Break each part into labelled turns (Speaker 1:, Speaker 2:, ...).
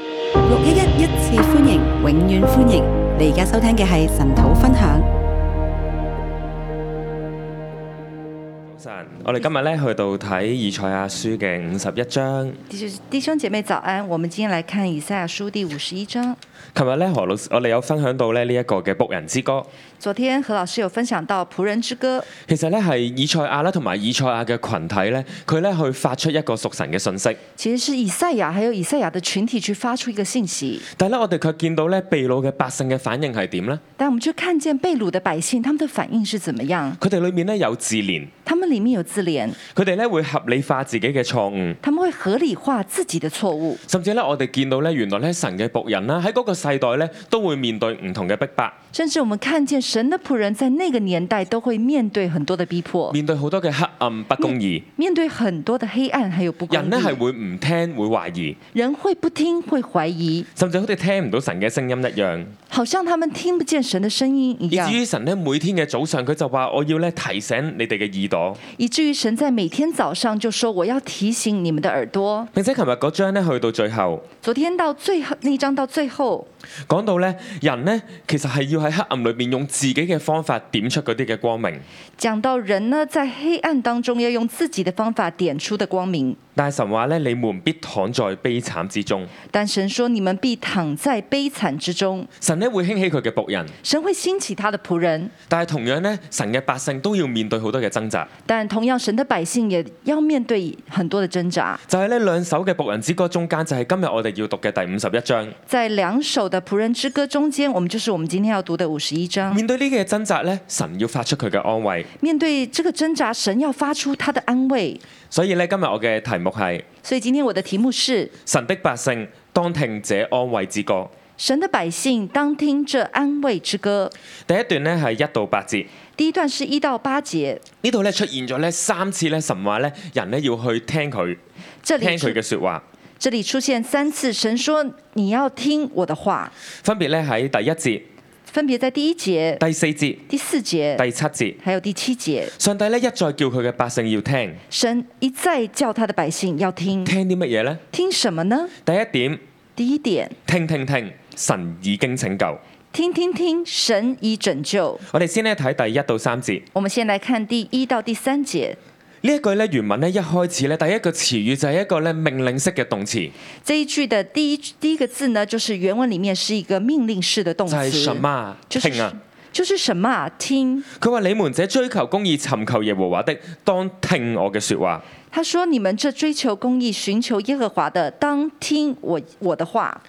Speaker 1: 一一一次歡迎，永遠歡迎！你而家收聽嘅係神土分享。
Speaker 2: 早晨，我哋今日咧去到睇以賽亞書嘅五十一章。
Speaker 3: 弟兄弟兄姐妹早安，我们今天来看以赛亚书第五十一章。
Speaker 2: 琴日咧何老師，我哋有分享到咧呢一個嘅僕人之歌，
Speaker 3: 昨天何老师有分享到《仆人之歌》，
Speaker 2: 其實咧係以賽亞啦同埋以賽亞嘅群體咧，佢咧去發出一個屬神嘅信息。
Speaker 3: 其实是以赛亚还有以赛亚的群体去发出一个信息，
Speaker 2: 但係咧我哋卻見到咧被擄嘅百姓嘅反應係點呢？
Speaker 3: 但我们就看见被掳的百姓他们的反应是怎么样，
Speaker 2: 佢哋裏面咧有自憐，
Speaker 3: 他们里面有自怜，
Speaker 2: 佢哋咧會合理化自己嘅錯誤。
Speaker 3: 他们会合理化自己的错误，
Speaker 2: 甚至咧，我哋見到咧，原來咧神嘅仆人啦，喺嗰個世代咧都會面對唔同嘅逼迫，
Speaker 3: 甚至我们看见神的仆人在那个年代都会面对很多的逼迫，
Speaker 2: 面對好多嘅黑暗不公義。
Speaker 3: 面对很多的黑暗还有不公
Speaker 2: 人呢係
Speaker 3: 义，
Speaker 2: 會唔聽，會懷疑，
Speaker 3: 人会不听会怀疑，
Speaker 2: 甚至好似聽唔到神嘅聲音一樣。
Speaker 3: 好像他们听不见神的声音一
Speaker 2: 以
Speaker 3: 样
Speaker 2: 至。於神咧每天嘅早上，佢就話：我要咧提醒你哋嘅耳朵。
Speaker 3: 以至于神在每天早上就说：“我要提醒你们的耳朵。
Speaker 2: 並且琴日嗰章咧去到最後，”
Speaker 3: 昨天到最后那一章到最后，
Speaker 2: 講到咧人呢，其實係要喺黑暗裏面用自己嘅方法點出嗰啲嘅光明。
Speaker 3: 讲到人呢在黑暗当中要用自己的方法点出的光明，
Speaker 2: 但係神話咧，你們必躺在悲慘之中。
Speaker 3: 但神说你们必躺在悲惨之中。
Speaker 2: 神咧會興起佢嘅仆人，
Speaker 3: 神会兴起他的仆人，
Speaker 2: 但係同樣咧，神嘅百姓都要面對好多嘅掙扎。
Speaker 3: 但同样神的百姓也要面对很多的挣扎。
Speaker 2: 就係呢兩首嘅仆人之歌中間，就係今日我哋要讀嘅第五十一章。
Speaker 3: 在两首的仆人之歌中间，我们就是我们今天要读的五十一章。
Speaker 2: 面對呢嘅掙扎咧，神要發出佢嘅安慰。
Speaker 3: 面对这个挣扎，神要发出他的安慰。
Speaker 2: 所以咧，今日我嘅題目係
Speaker 3: 所以今天我的题目是：
Speaker 2: 神的百姓當聽這安慰之歌。
Speaker 3: 神的百姓当听这安慰之歌。
Speaker 2: 第一段呢係一到八節，
Speaker 3: 第一段是一到八节，
Speaker 2: 呢度咧出現咗咧三次咧神話咧人咧要去聽佢
Speaker 3: 这
Speaker 2: 聽
Speaker 3: 里出
Speaker 2: 佢嘅説話，
Speaker 3: 这里出现三次，神说你要听我的话，
Speaker 2: 分別咧喺第一節、
Speaker 3: 分别在第一节、
Speaker 2: 第四節、
Speaker 3: 第四节，
Speaker 2: 第七節。
Speaker 3: 还有第七节。
Speaker 2: 上帝咧一再叫佢嘅百姓要聽，
Speaker 3: 神一再叫他的百姓要听，
Speaker 2: 聽啲乜嘢呢？
Speaker 3: 听什么呢？
Speaker 2: 第一點，
Speaker 3: 第一点，
Speaker 2: 聽聽聽，神已經拯救。
Speaker 3: 听听听，神已拯救。
Speaker 2: 我哋先咧睇第一到三節。
Speaker 3: 我们先来看第一到第三节
Speaker 2: 呢一句咧原文咧一開始咧第一個詞語就係一個咧命令式嘅動詞，
Speaker 3: 这一句的第一第一个字呢，就是原文里面是一个命令式的动
Speaker 2: 就
Speaker 3: 词
Speaker 2: 係，什麼啊
Speaker 3: 就是
Speaker 2: 聽啊！
Speaker 3: 就是什么啊？听。
Speaker 2: 佢話：你們這追求公義、尋求耶和華的，當聽我嘅説話。
Speaker 3: 他说：“你们这追求公义、寻求耶和华的，当听我我的话。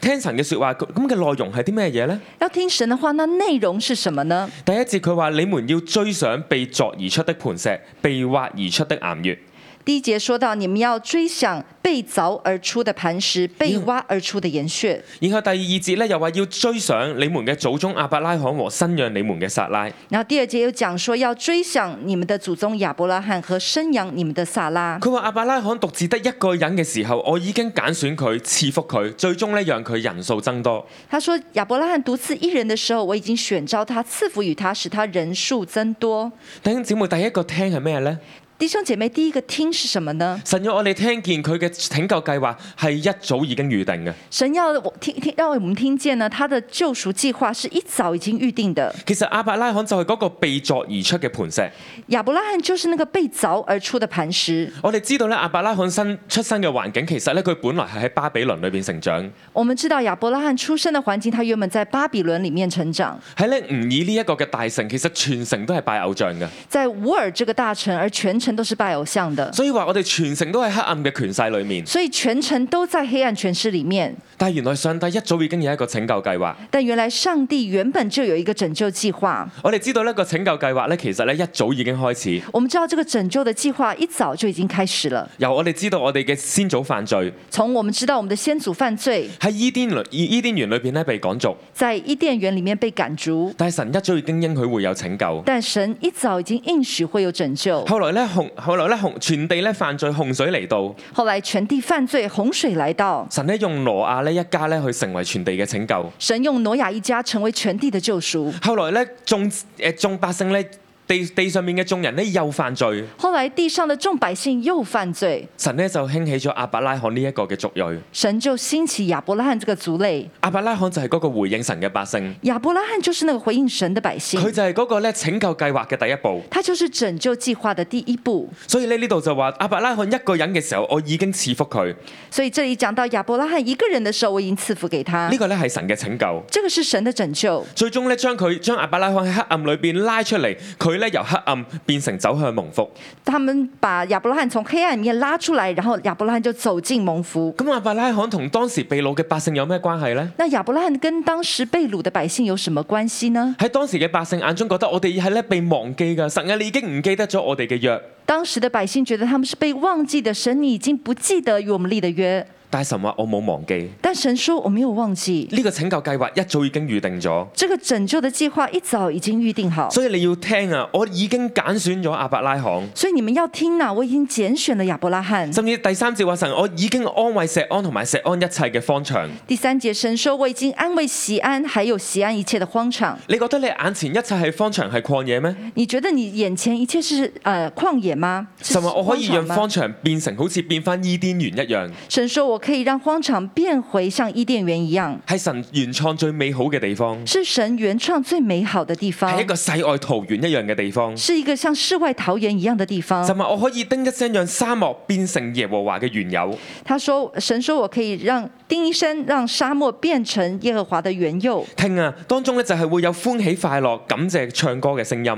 Speaker 2: 聽神嘅説話，咁嘅內容係啲咩嘢呢？
Speaker 3: 要听神的话，那内容是什么呢？
Speaker 2: 第一節佢話：你們要追上被鑿而出的磐石，被挖而出的岩穴。
Speaker 3: 第一节说到，你们要追想被凿而出的磐石，被挖而出的岩穴。
Speaker 2: 然後第二節咧又話要追上你們嘅祖宗亞伯拉罕和生養你們嘅撒拉。
Speaker 3: 然后第二节又讲说，要追想你们的祖宗亚伯拉罕和生养你们的撒拉。
Speaker 2: 佢話亞伯拉罕獨自得一個人嘅時候，我已經揀選佢，賜福佢，最終咧讓佢人數增多。
Speaker 3: 他说，亚伯拉罕独自一人的时候，我已经选召他，赐福与他，使他人数增多。
Speaker 2: 弟兄姊妹，第一個聽係咩呢？
Speaker 3: 弟兄姐妹，第一个听是什么呢？
Speaker 2: 神要我哋聽見佢嘅拯救計劃係一早已經預定嘅。
Speaker 3: 神要我听听，让我们听见呢，他的救赎计划是一早已经预定的。
Speaker 2: 其實亞伯拉罕就係嗰個被鑿而出嘅磐石。
Speaker 3: 亚伯拉罕就是那个被凿而出的磐石。
Speaker 2: 我哋知道咧，亞伯拉罕生出生嘅環境，其實咧佢本來係喺巴比倫裏邊成長，
Speaker 3: 我们知道亚伯拉罕出生的环境，他原本在巴比伦里面成长，
Speaker 2: 喺咧吾爾呢一個嘅大城，其實全城都係拜偶像嘅。
Speaker 3: 在乌尔这个大城，而全城都是拜偶像的，
Speaker 2: 所以話我哋全城都喺黑暗嘅權勢裏面。
Speaker 3: 所以全城都在黑暗權势里面。
Speaker 2: 但係原來上帝一早已經有一個拯救計劃。
Speaker 3: 但原来上帝原本就有一个拯救计划。
Speaker 2: 我哋知道呢個拯救計劃咧，其實咧一早已經開始。
Speaker 3: 我们知道这个拯救的计划一早就已经開始了，
Speaker 2: 由我哋知道我哋嘅先祖犯罪
Speaker 3: 从我们知道我们的先祖犯罪，
Speaker 2: 喺伊甸裏伊甸園裏邊咧被趕逐，
Speaker 3: 在伊甸园里面被赶逐，
Speaker 2: 但係神一早已經應許會有拯救。
Speaker 3: 但神一早已经应许会有拯救。
Speaker 2: 後來咧洪，後來咧洪，全地咧犯罪，洪水嚟到，
Speaker 3: 后来全地犯罪，洪水来到，
Speaker 2: 神咧用挪亞呢一家咧去成為全地嘅拯救。
Speaker 3: 神用挪亚一家成为全地的救赎。
Speaker 2: 呃後來咧眾誒眾百姓咧地地上面嘅眾人呢又犯罪，
Speaker 3: 后来地上的众百姓又犯罪，
Speaker 2: 神呢就興起咗亞伯拉罕呢一個嘅族裔。
Speaker 3: 神就兴起亚伯拉罕这个族类。
Speaker 2: 亞伯拉罕就係嗰個回應神嘅百姓，
Speaker 3: 亚伯拉罕就是那个回应神的百姓
Speaker 2: 佢，就係嗰個咧拯救計劃嘅第一步。
Speaker 3: 他就是拯救计划的第一步。
Speaker 2: 所以呢呢度就話亞伯拉罕一個人嘅時候，我已經賜福佢。
Speaker 3: 所以这里讲到亚伯拉罕一个人的时候，我已经赐福给他
Speaker 2: 呢、個，呢係神嘅拯救。
Speaker 3: 这个是神的拯救。
Speaker 2: 最終呢，將佢將亞伯拉罕喺黑暗裏邊拉出嚟，佢呢由黑暗變成走向蒙福。
Speaker 3: 他们把亚伯拉罕从黑暗里面拉出来，然后亚伯拉罕就走进蒙福。
Speaker 2: 咁亞伯拉罕同當時被掳嘅百姓有咩關係呢？
Speaker 3: 那亚伯拉罕跟当时被掳的百姓有什么关系呢？
Speaker 2: 喺當時嘅百姓眼中，覺得我哋係咧被忘記㗎。神啊，你已經唔記得咗我哋嘅約，
Speaker 3: 当时的百姓觉得他们是被忘记的，神你已经不记得与我们立的约，
Speaker 2: 但係神話我冇忘記。
Speaker 3: 但神说我没有忘记。
Speaker 2: 呢、個拯救計劃一早已經預定咗，
Speaker 3: 这个拯救的计划一早已经预定好，
Speaker 2: 所以你要聽啊！我已經揀選咗亞伯拉罕，
Speaker 3: 所以你们要听呐、我已经拣选了亚伯拉罕。
Speaker 2: 甚至第三節話神，我已經安慰石安同埋石安一切嘅方場。
Speaker 3: 第三节，神说我已经安慰西安，还有西安一切的荒场。
Speaker 2: 你覺得你眼前一切係方場係曠野咩？
Speaker 3: 你觉得你眼前一切是呃旷野吗？是
Speaker 2: 神話我可以讓
Speaker 3: 荒场
Speaker 2: 方
Speaker 3: 吗？
Speaker 2: 場變成好似變翻伊甸園一樣，
Speaker 3: 神说我可以让荒场变回像伊甸园一样，
Speaker 2: 係神原創最美好嘅地方，
Speaker 3: 是神原创最美好的地方
Speaker 2: 係一，個世外桃源一樣嘅地方。
Speaker 3: 是一个像世外桃源一样的地方
Speaker 2: 神。話我可以叮一聲讓沙漠變成耶和華嘅原有。
Speaker 3: 他说，神说我可以让丁一声让沙漠变成耶和华的园囿。
Speaker 2: 聽啊，當中咧就係會有歡喜快樂、感謝、唱歌嘅聲音。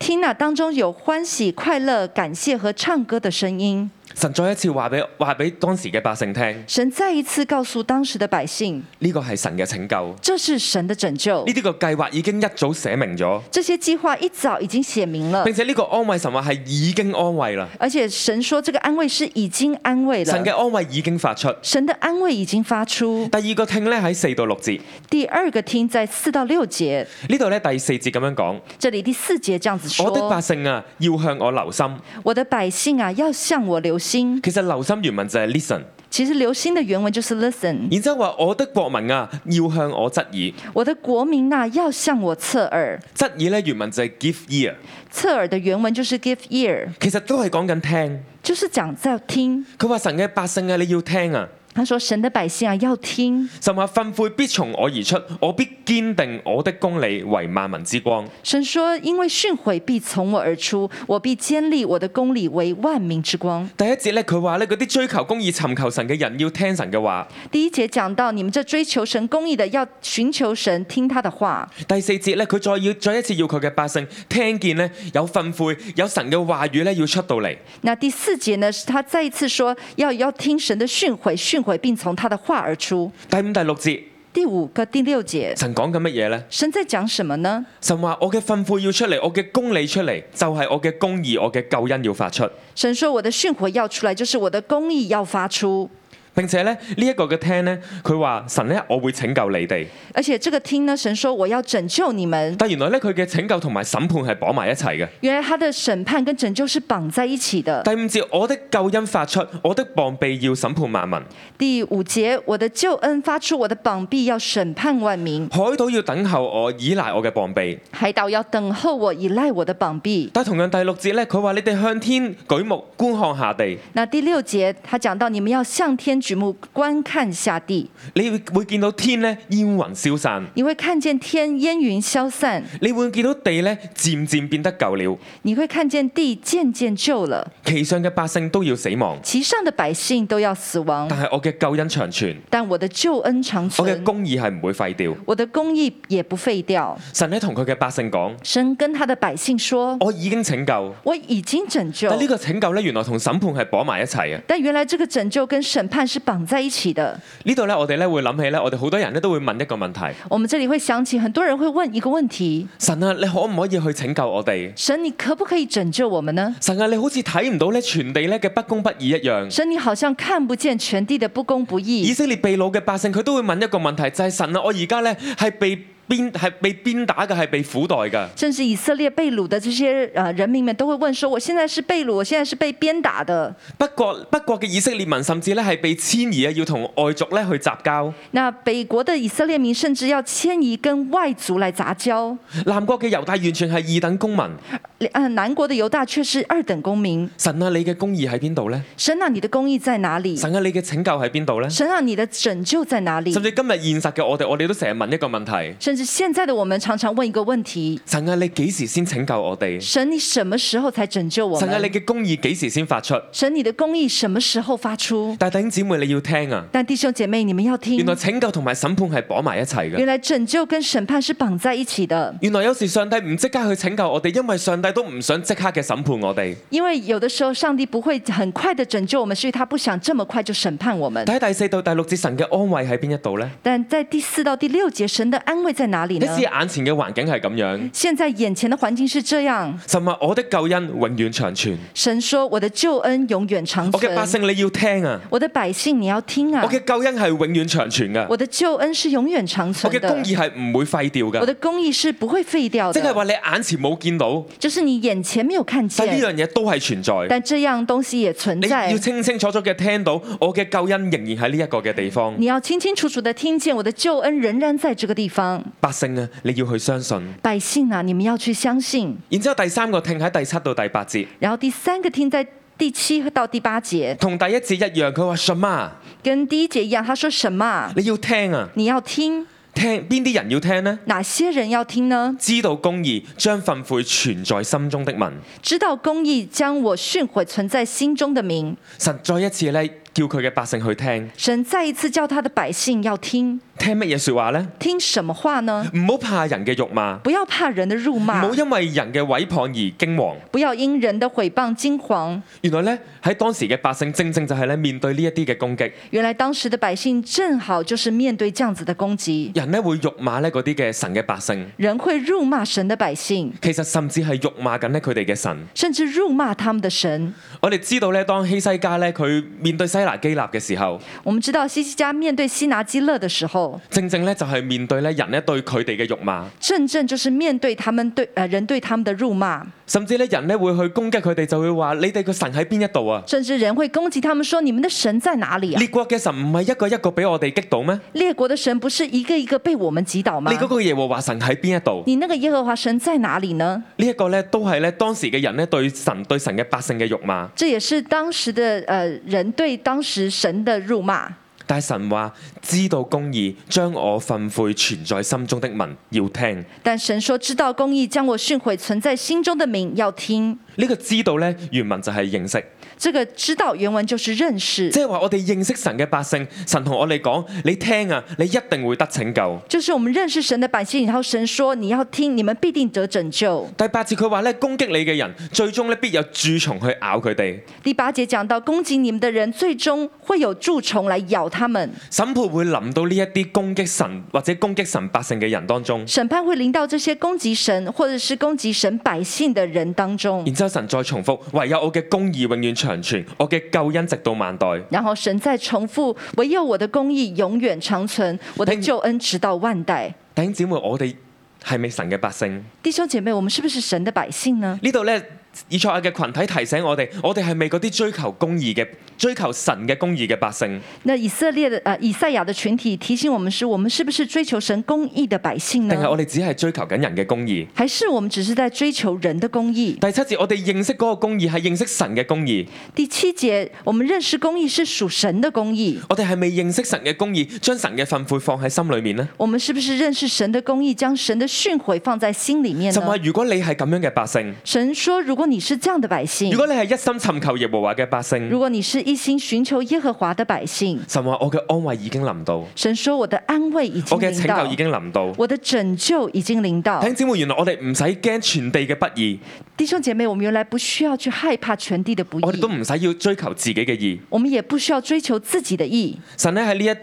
Speaker 3: 听那当中有欢喜、快乐、感谢和唱歌的声音。
Speaker 2: 神再一次話俾話俾當時嘅百姓聽，
Speaker 3: 神再一次告诉当时的百姓，
Speaker 2: 呢個係神嘅拯救。
Speaker 3: 这是神的拯救
Speaker 2: 呢。啲個計劃已經一早寫明咗，
Speaker 3: 这些计划一早已經寫明了
Speaker 2: 並，且呢個安慰神話係已經安慰啦，
Speaker 3: 而且神说这个安慰是已經安慰
Speaker 2: 神嘅
Speaker 3: 了，
Speaker 2: 安慰已經發出。
Speaker 3: 神的安慰已經發出。
Speaker 2: 第二個聽呢喺四到六節，
Speaker 3: 第二個聽在四到六節，
Speaker 2: 呢度呢第四節咁樣講：
Speaker 3: 这里第四節這樣子
Speaker 2: 我的百
Speaker 3: 說：
Speaker 2: 姓啊，要向我留心。
Speaker 3: 我的百姓啊，要向我留心。
Speaker 2: 其實留心原文就係 listen，
Speaker 3: 其實留心的原文就是 listen。
Speaker 2: 然之後話我的國民啊，要向我質疑。
Speaker 3: 我的國民啊，要向我側耳。
Speaker 2: 質疑呢原文就係 give ear，
Speaker 3: 側耳的原文就是 give ear，
Speaker 2: 其實都係講緊聽。
Speaker 3: 就是講在聽。
Speaker 2: 佢話神嘅百姓啊，你要聽啊！
Speaker 3: 他說：神的百姓啊，要聽。
Speaker 2: 神話訓悔必從我而出，我必堅定我的公理為萬民之光。
Speaker 3: 神說：因為訓诲必從我而出，我必堅立我的公理為萬民之光。
Speaker 2: 第一節咧，佢話咧嗰啲追求公義、尋求神嘅人要聽神嘅話。
Speaker 3: 第一节讲到，你们这追求神公义的，要寻求神，听他的话。
Speaker 2: 第四節咧，佢再要再一次要佢嘅百姓聽見咧有訓悔、有神嘅話語咧要出到嚟。
Speaker 3: 那第四节呢，是他再一次说要要听神的训诲，训诲并从他的话而出。
Speaker 2: 第五、第六節，
Speaker 3: 第五个、第六节，
Speaker 2: 神講緊乜嘢呢？
Speaker 3: 神在讲什么呢？
Speaker 2: 神話我嘅訓悔要出嚟，我嘅公理出嚟，就係我嘅公義、我嘅救恩要發出。
Speaker 3: 神说：“我的训诲要出来，就是我的公义要发出。
Speaker 2: 並且咧呢一個嘅聽呢，佢話神咧我會拯救你哋，
Speaker 3: 而且这个听呢，神说我要拯救你们。
Speaker 2: 但原來咧佢嘅拯救同埋審判係綁埋一齊嘅。
Speaker 3: 原来他的審判跟拯救是綁在一起的。
Speaker 2: 第五節，我的救恩發出，我的膀臂要審判萬民，
Speaker 3: 第五节，我的救恩发出，我的膀臂要審判万民，
Speaker 2: 海島要等候我，依賴我嘅膀臂。
Speaker 3: 海島要等候我，依賴我的膀臂。”
Speaker 2: 但同樣第六節咧，佢話你哋向天舉目觀看下地，
Speaker 3: 那第六节，他讲到你们要向天举目观看下地，
Speaker 2: 你會見到天咧煙雲消散，
Speaker 3: 你会看见天烟云消散，
Speaker 2: 你會見到地咧漸漸變得舊了，
Speaker 3: 你会看见地渐渐旧了，
Speaker 2: 其上嘅百姓都要死亡，
Speaker 3: 其上的百姓都要死亡，
Speaker 2: 但係我嘅救恩長存，
Speaker 3: 但我的救恩长
Speaker 2: 我嘅
Speaker 3: 存，
Speaker 2: 公義係唔會廢掉。
Speaker 3: 我的公义也不废掉。
Speaker 2: 神咧同佢嘅百姓講：
Speaker 3: 神跟他的百姓说
Speaker 2: 我已經拯救，：“
Speaker 3: 我已经拯救。
Speaker 2: 但呢個拯救咧原來同審判係綁埋一齊嘅。”
Speaker 3: 但原来这个拯救跟审判是绑在一起的。
Speaker 2: 呢度咧我哋咧會諗起咧，我哋好多人咧都會問一個問題。
Speaker 3: 我们这里会想起很多人会问一个问题：
Speaker 2: 神啊，你可唔可以去拯救我哋？
Speaker 3: 神，你可不可以拯救我们呢？
Speaker 2: 神啊，你好似睇唔到咧全地咧嘅不公不義一樣。
Speaker 3: 神，你好像看不见全地的不公不义。
Speaker 2: 以色列被掳嘅百姓，佢都會問一個問題，就係、神啊，我而家咧係被鞭係被鞭打嘅，係被苦待嘅。
Speaker 3: 甚至以色列被掳的这些呃人民们都会问说：“我现在是被掳，我现在是被鞭打的。
Speaker 2: 北國北國嘅以色列民甚至咧係被遷移啊，要同外族咧去雜交。”
Speaker 3: 那北国的以色列民甚至要迁移跟外族来杂交，
Speaker 2: 南國嘅猶大完全係二等公民，
Speaker 3: 而呃南国的犹大却是二等公民。
Speaker 2: 神啊，你嘅公義喺邊度呢？
Speaker 3: 神啊，你的公义在哪里？
Speaker 2: 神啊，你嘅拯救喺邊度呢？
Speaker 3: 神啊，你的拯救在哪里
Speaker 2: 甚？至今日現實嘅我哋，我哋都成日問一個問題：
Speaker 3: 甚至现在的我们常常问一个问题：
Speaker 2: 神啊，你幾時先拯救我哋？
Speaker 3: 神，你什么时候才拯救我
Speaker 2: 神啊，你
Speaker 3: 们？
Speaker 2: 嘅公義幾時先發出？
Speaker 3: 神，你的公义什么时候发出？
Speaker 2: 但係弟兄姊妹，你要聽啊！
Speaker 3: 但弟兄姐妹，你们要
Speaker 2: 原
Speaker 3: 听
Speaker 2: 來，拯救同埋審判係綁埋一齊嘅
Speaker 3: 原。来拯救跟审判是绑在一起的。
Speaker 2: 原來有時上帝唔即刻去拯救我哋，因為上帝都唔想即刻嘅審判我哋。
Speaker 3: 因为有的时候上帝不会很快的拯救我们，所以他不想这么快就审判我们。
Speaker 2: 睇下第四到第六節，神嘅安慰喺邊一度呢？
Speaker 3: 但在第四到第六节，神的安慰在哪里
Speaker 2: 你
Speaker 3: 呢
Speaker 2: 試？眼前嘅環境係咁樣，
Speaker 3: 现在眼前的环境是这样，
Speaker 2: 神話我的救恩永遠長存，
Speaker 3: 神说：“我的救恩永远长
Speaker 2: 我嘅百
Speaker 3: 存。
Speaker 2: 姓你要聽啊！”
Speaker 3: 我的百姓，你要听啊
Speaker 2: 我！嘅救恩係永遠長存噶，
Speaker 3: 我的救恩是永远长
Speaker 2: 我
Speaker 3: 存
Speaker 2: 嘅公
Speaker 3: 的，
Speaker 2: 義係唔會廢掉
Speaker 3: 我
Speaker 2: 噶。
Speaker 3: 的公义是不会废掉
Speaker 2: 即係
Speaker 3: 的。
Speaker 2: 話你眼前冇見到，
Speaker 3: 就是你眼前没有看
Speaker 2: 但呢
Speaker 3: 见，
Speaker 2: 樣嘢都係存在。
Speaker 3: 但这样东西也存
Speaker 2: 你
Speaker 3: 在
Speaker 2: 要。清清楚楚嘅聽到，我嘅救恩仍然喺呢一個嘅地方。
Speaker 3: 你要清清楚楚的听见，我的救恩仍然在这个地方。
Speaker 2: 百姓啊，你要去相信。
Speaker 3: 百姓啊，你们要去相信。
Speaker 2: 然之後第三個聽喺第七到第八節，
Speaker 3: 然后第三个听在第七到第八节，
Speaker 2: 同第一節一樣。佢話什麼啊？
Speaker 3: 跟第一节一样，他说什么啊？
Speaker 2: 你要聽啊！
Speaker 3: 你要听
Speaker 2: 聽邊啲人要聽呢？
Speaker 3: 哪些人要听呢？
Speaker 2: 知道公義，將憤悔存在心中的民。
Speaker 3: 知道公义将我训诲存在心中的名，
Speaker 2: 神再一次咧叫佢嘅百姓去聽，
Speaker 3: 神再一次叫他的百姓要听，
Speaker 2: 聽乜嘢说話呢？
Speaker 3: 听什么话呢？
Speaker 2: 唔好怕人嘅辱罵，
Speaker 3: 不要怕人的辱
Speaker 2: 唔
Speaker 3: 骂
Speaker 2: 好，因為人嘅毀謗而驚惶。
Speaker 3: 不要因人的毁谤惊惶。
Speaker 2: 原來咧喺當時嘅百姓，正正就係咧面對呢一啲嘅攻擊，
Speaker 3: 原来当时的百姓正好就是面对这样子的攻击，
Speaker 2: 人咧會辱罵咧嗰啲嘅神嘅百姓，
Speaker 3: 人会辱骂神的百姓，
Speaker 2: 其實甚至係辱罵緊咧佢哋嘅神。
Speaker 3: 甚至辱骂他们的神。
Speaker 2: 我哋知道咧，當希西家咧佢面對西拿基立嘅時候，
Speaker 3: 我们知道西西家面对希拿基勒的时候，
Speaker 2: 正正咧就係面對咧人咧對佢哋嘅辱罵，
Speaker 3: 正正就是面对他们对呃人对他们的辱罵，
Speaker 2: 甚至咧人咧會去攻擊佢哋，就會話你哋個神喺邊一度啊？
Speaker 3: 甚至人会攻击他们说：“你们的神在哪里啊
Speaker 2: 列國嘅神唔係一個一個俾我哋擊倒咩？？”
Speaker 3: 列国的神不是一个一个被我们击倒吗
Speaker 2: 你？嗰個耶和華神喺邊一度？
Speaker 3: 你那个耶和华神在哪里呢？
Speaker 2: 呢一個咧都係咧當時嘅人咧對神對神嘅百姓嘅辱罵。
Speaker 3: 这也是当时的呃人对当时神的辱骂。
Speaker 2: 但神話知道公義，將我憤悔存在心中的民要聽。呢、
Speaker 3: 但神说：“知道公义，将我训诲存在心中的名要听。
Speaker 2: 個知道呢，原文就係認識，”
Speaker 3: 这个知道原文就是认识
Speaker 2: 即，係話我哋認識神嘅百姓，神同我哋講：你聽啊，你一定會得拯救。
Speaker 3: 就是我们认识神的百姓。然后神说：“你要听，你们必定得拯救。
Speaker 2: 第八節佢話咧，攻擊你嘅人最終咧必有蛀蟲去咬佢哋，”
Speaker 3: 第八节讲到，攻击你们的人最终会有蛀虫来咬他们，
Speaker 2: 審判會臨到呢一啲攻擊神或者攻擊神百姓嘅人當中。
Speaker 3: 审判会临到这些攻击神或者是攻击神百姓的人当中。
Speaker 2: 然之後神再重複：唯有我嘅公義永遠長存，我嘅救恩直到萬代。
Speaker 3: 然后神再重复：“唯有我的公义永远长存，我的
Speaker 2: 但
Speaker 3: 救恩直到万代。
Speaker 2: 弟兄姊妹，我哋係咪神嘅百姓？”
Speaker 3: 弟兄姐妹，我们是不是神的百姓呢？
Speaker 2: 呢度呢，以賽亞嘅群體提醒我哋，我哋係咪嗰啲追求公義嘅、追求神嘅公義嘅百姓？
Speaker 3: 那以色列的呃以赛亚的群体提醒我们是，我们是不是追求神公义的百姓
Speaker 2: 定係
Speaker 3: 呢？
Speaker 2: 我哋只係追求緊人嘅公義？
Speaker 3: 还是我们只是在追求人的公义？
Speaker 2: 第七節，我哋認識嗰個公義係認識神嘅公義，
Speaker 3: 第七节，我们认识公义是属神的公义，
Speaker 2: 我哋係咪認識神嘅公義，將神嘅憤悔放喺心裏面呢？
Speaker 3: 我们是不是认识神的公义，将神的训诲放在心里面
Speaker 2: 就
Speaker 3: 呢
Speaker 2: 話？如果你係咁樣嘅百姓，
Speaker 3: 神说，如果你是这样的百姓
Speaker 2: 如，果你係一心尋求耶和華嘅百姓
Speaker 3: 如，果你是一心寻求耶和华的百姓，
Speaker 2: 神話我嘅安慰已經臨到，
Speaker 3: 神說我的安慰已经
Speaker 2: 我嘅
Speaker 3: 临
Speaker 2: 拯
Speaker 3: 到
Speaker 2: 救已，經哎臨到。
Speaker 3: 我的拯救已经临到
Speaker 2: 弟。兄姊妹，原來我哋唔使驚全地嘅不義，
Speaker 3: 弟兄姐妹，我们原来不需要去害怕全地的不
Speaker 2: 我哋都
Speaker 3: 义，
Speaker 2: 唔使要追求自己嘅義。
Speaker 3: 我们也不需要追求自己的义。
Speaker 2: 神咧喺呢一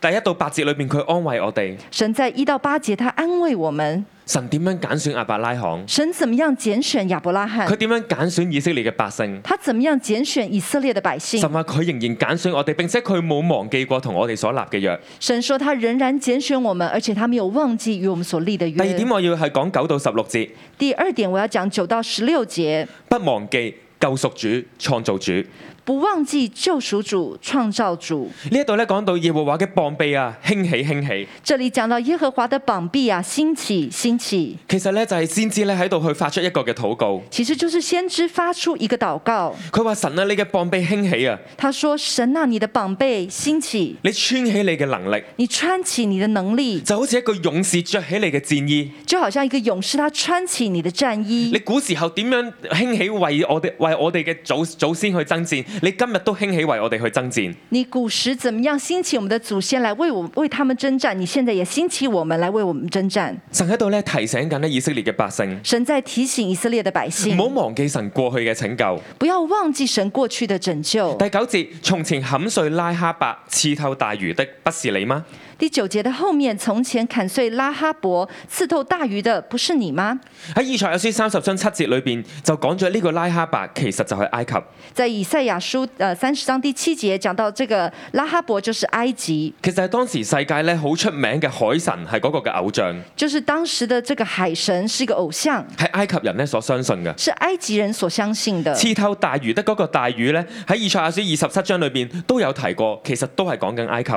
Speaker 2: 第一到八節裏面，佢安慰我哋。
Speaker 3: 神在一到八节，他安慰我们。
Speaker 2: 神點樣揀選亞伯拉罕？
Speaker 3: 神怎么样拣选亚伯拉罕
Speaker 2: 佢？點樣揀選以色列嘅百姓？
Speaker 3: 他怎么样拣选以色列的百姓
Speaker 2: 神？話佢仍然揀選我哋，並且佢冇忘記過同我哋所立嘅約。
Speaker 3: 神说他仍然拣选我们，而且他没有忘记与我们所立的
Speaker 2: 第二
Speaker 3: 约
Speaker 2: 點。我要係講九到十六節，
Speaker 3: 第二点，我要讲九到十六节，
Speaker 2: 不忘記救贖主、創造主。
Speaker 3: 不不忘记救赎主、创造主。
Speaker 2: 呢一度咧講到耶和華嘅膀臂啊，興起興起。
Speaker 3: 这里讲到耶和华的膀臂啊，兴起兴起，
Speaker 2: 其實咧就係先知咧喺度去發出一個嘅禱告，
Speaker 3: 其实就是先知发出一个禱告，
Speaker 2: 佢話神啊，你嘅膀臂興起啊，
Speaker 3: 他说：“神啊，你的膀臂兴起，
Speaker 2: 你穿起你嘅能力，
Speaker 3: 你穿起你的能力，
Speaker 2: 就好似一個勇士着起你嘅戰衣。
Speaker 3: 就好像一个勇士他穿起你的战衣。
Speaker 2: 你古時候點樣興起為我哋為我哋嘅祖祖先去爭戰，你今日都興起為我哋去爭戰。
Speaker 3: 你古时怎么样兴起我们的祖先来为我为他们征战？你现在也兴起我们来为我们征战。
Speaker 2: 神喺度咧提醒緊咧以色列嘅百姓，
Speaker 3: 神在提醒以色列的百姓
Speaker 2: 唔，好忘記神過去嘅拯救。
Speaker 3: 不要忘记神过去的拯救。
Speaker 2: 第九節，從前砍碎拉哈伯、刺透大魚的，不是你嗎？
Speaker 3: 第九节的后面，从前砍碎拉哈伯、刺透大鱼的，不是你吗？
Speaker 2: 喺以賽亞書三十章七節裏邊就講咗呢個拉哈伯其實就係埃及，
Speaker 3: 在以赛亚书呃三十章第七节讲到这个拉哈伯就是埃及，
Speaker 2: 其實係當時世界咧好出名嘅海神，係嗰個嘅偶像，
Speaker 3: 就是当时的这个海神是一个偶像，
Speaker 2: 係埃及人咧所相信嘅。
Speaker 3: 是埃及人所相信的。
Speaker 2: 刺透大魚的嗰個大魚咧，喺以賽亞書二十七章裏邊都有提過，其實都係講緊埃及。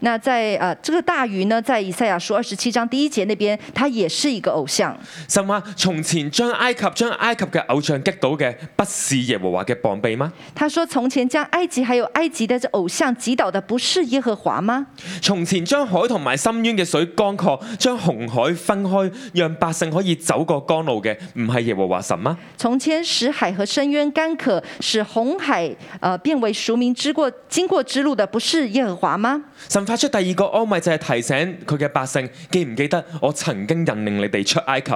Speaker 3: 那在呃这个大鱼呢，在以赛亚书二十七章第一节那边，它也是一个偶像。
Speaker 2: 神話從前將埃及將埃及嘅偶像擊倒嘅，不是耶和華嘅膀臂嗎？
Speaker 3: 他说：“从前将埃及还有埃及的这偶像击倒的，不是耶和华吗？
Speaker 2: 從前將海同埋深淵嘅水乾涸，將紅海分開，讓百姓可以走過江路嘅，唔係耶和華神嗎？
Speaker 3: 从前使海和深渊干渴，使红海呃变为熟民之过经过之路的，不是耶和华吗？”
Speaker 2: 神發出第二個安慰就係提醒佢嘅百姓，記唔記得我曾經引領你哋出埃及，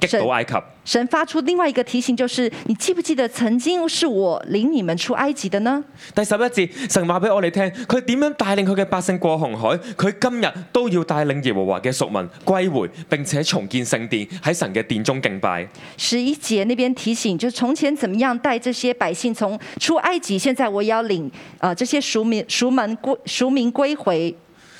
Speaker 2: 擊
Speaker 3: 神
Speaker 2: 倒埃及。
Speaker 3: 神发出另外一个提醒，就是你记不记得曾经是我领你们出埃及的呢？
Speaker 2: 第十一節，神話俾我哋聽，佢點樣帶領佢嘅百姓過紅海，佢今日都要帶領耶和華嘅屬民歸回，並且重建聖殿，喺神嘅殿中敬拜。
Speaker 3: 十一节那边提醒，就是从前怎么样带这些百姓从出埃及，现在我也要领呃这些熟民熟民归熟民归回，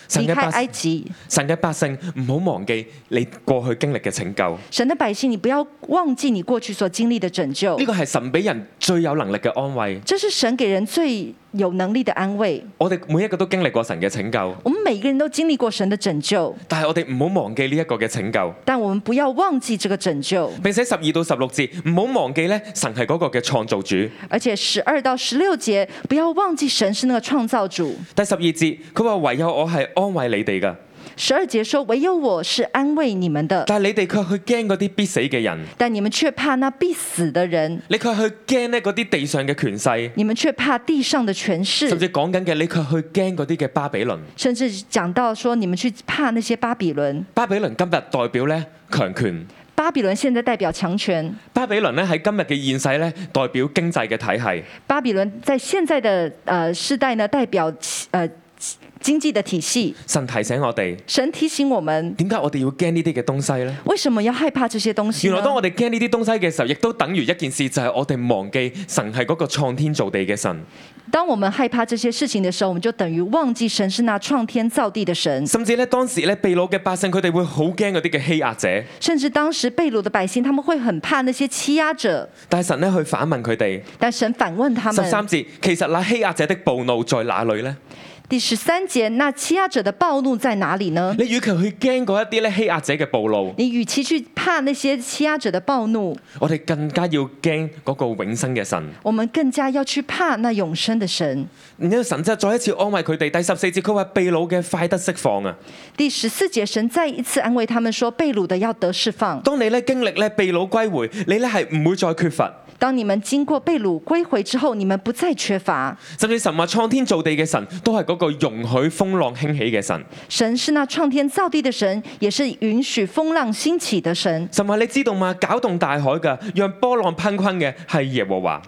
Speaker 2: 神
Speaker 3: 离
Speaker 2: 嘅
Speaker 3: 开
Speaker 2: 百
Speaker 3: 埃
Speaker 2: 姓
Speaker 3: 及。
Speaker 2: 神嘅百姓唔好忘記你過去經歷嘅拯救，呢
Speaker 3: 神的百姓，你不要忘记你过去所经历的拯救，
Speaker 2: 個係神俾人最有能力嘅安慰。
Speaker 3: 这是神给人最有能力的安慰。
Speaker 2: 我哋每一個都經歷過神嘅拯救，
Speaker 3: 我们每个人都经历过神的拯救，
Speaker 2: 但係我哋唔好忘記呢一個嘅拯救。
Speaker 3: 但我们不要忘记这个拯救。
Speaker 2: 並且十二到十六節，唔好忘記咧，神係嗰個嘅創造主。
Speaker 3: 而且十二到十六节，不要忘记神是那个创造主。
Speaker 2: 第十二節，佢話唯有我係安慰你哋噶，
Speaker 3: 十二节说：“唯有我是安慰你们的，
Speaker 2: 但係你哋卻去驚嗰啲必死嘅人，
Speaker 3: 但你们却怕那必死的人，
Speaker 2: 你卻去驚呢嗰啲地上嘅權勢，
Speaker 3: 你们却怕地上的权
Speaker 2: 甚
Speaker 3: 势。
Speaker 2: 至講緊嘅你卻去驚嗰啲嘅巴比倫。”
Speaker 3: 甚至讲到说，你们去怕那些巴比伦。
Speaker 2: 巴比倫今日代表咧強權，
Speaker 3: 巴比伦现在代表强权，
Speaker 2: 巴比倫咧喺今日嘅現世咧代表經濟嘅體系。
Speaker 3: 巴比伦在现在的呃世代呢，代表呃经济的体系。
Speaker 2: 神提醒我哋，
Speaker 3: 神提醒我们，
Speaker 2: 點解我哋要驚呢啲嘅東西呢？
Speaker 3: 为什么要害怕这些东西
Speaker 2: 原
Speaker 3: 呢
Speaker 2: 來當我哋驚呢啲東西嘅時候，亦都等於一件事，就係我哋忘記神係嗰個創天造地嘅神，
Speaker 3: 当我们害怕这些事情的时候，我们就等于忘记神是那创天造地的神。
Speaker 2: 甚至咧當時咧秘魯嘅百姓佢哋會好驚嗰啲嘅欺壓者，
Speaker 3: 甚至当时被掳的百姓，他们会很怕那些欺压者，
Speaker 2: 但係神咧去反問佢哋。
Speaker 3: 但神反问他
Speaker 2: 十三
Speaker 3: 们。
Speaker 2: 節，其實那欺壓者的暴怒在哪裏呢？
Speaker 3: 第十三节，那欺压者的暴怒在哪里呢？
Speaker 2: 你與其去驚嗰一啲咧欺壓者嘅暴怒，
Speaker 3: 你与其去怕那些欺压者的暴怒，
Speaker 2: 我哋更加要驚嗰個永生嘅神。
Speaker 3: 我们更加要去怕那永生的神。
Speaker 2: 然之後神真係再一次安慰佢哋。第十四節佢話：秘魯嘅快得釋放啊！
Speaker 3: 第十四节，神再一次安慰他們说：被掳的要得释放。
Speaker 2: 當你咧經歷咧秘魯歸回，你咧係唔會再缺乏。
Speaker 3: 当你们经过被掳归回之后，你们不再缺乏。
Speaker 2: 甚至神話創天造地嘅神，都係嗰個容許風浪興起嘅神。
Speaker 3: 神是那创天造地的神，也是允许风浪兴起的神。
Speaker 2: 神話你知道嘛？攪動大海嘅，讓波浪噴坤嘅係耶和華。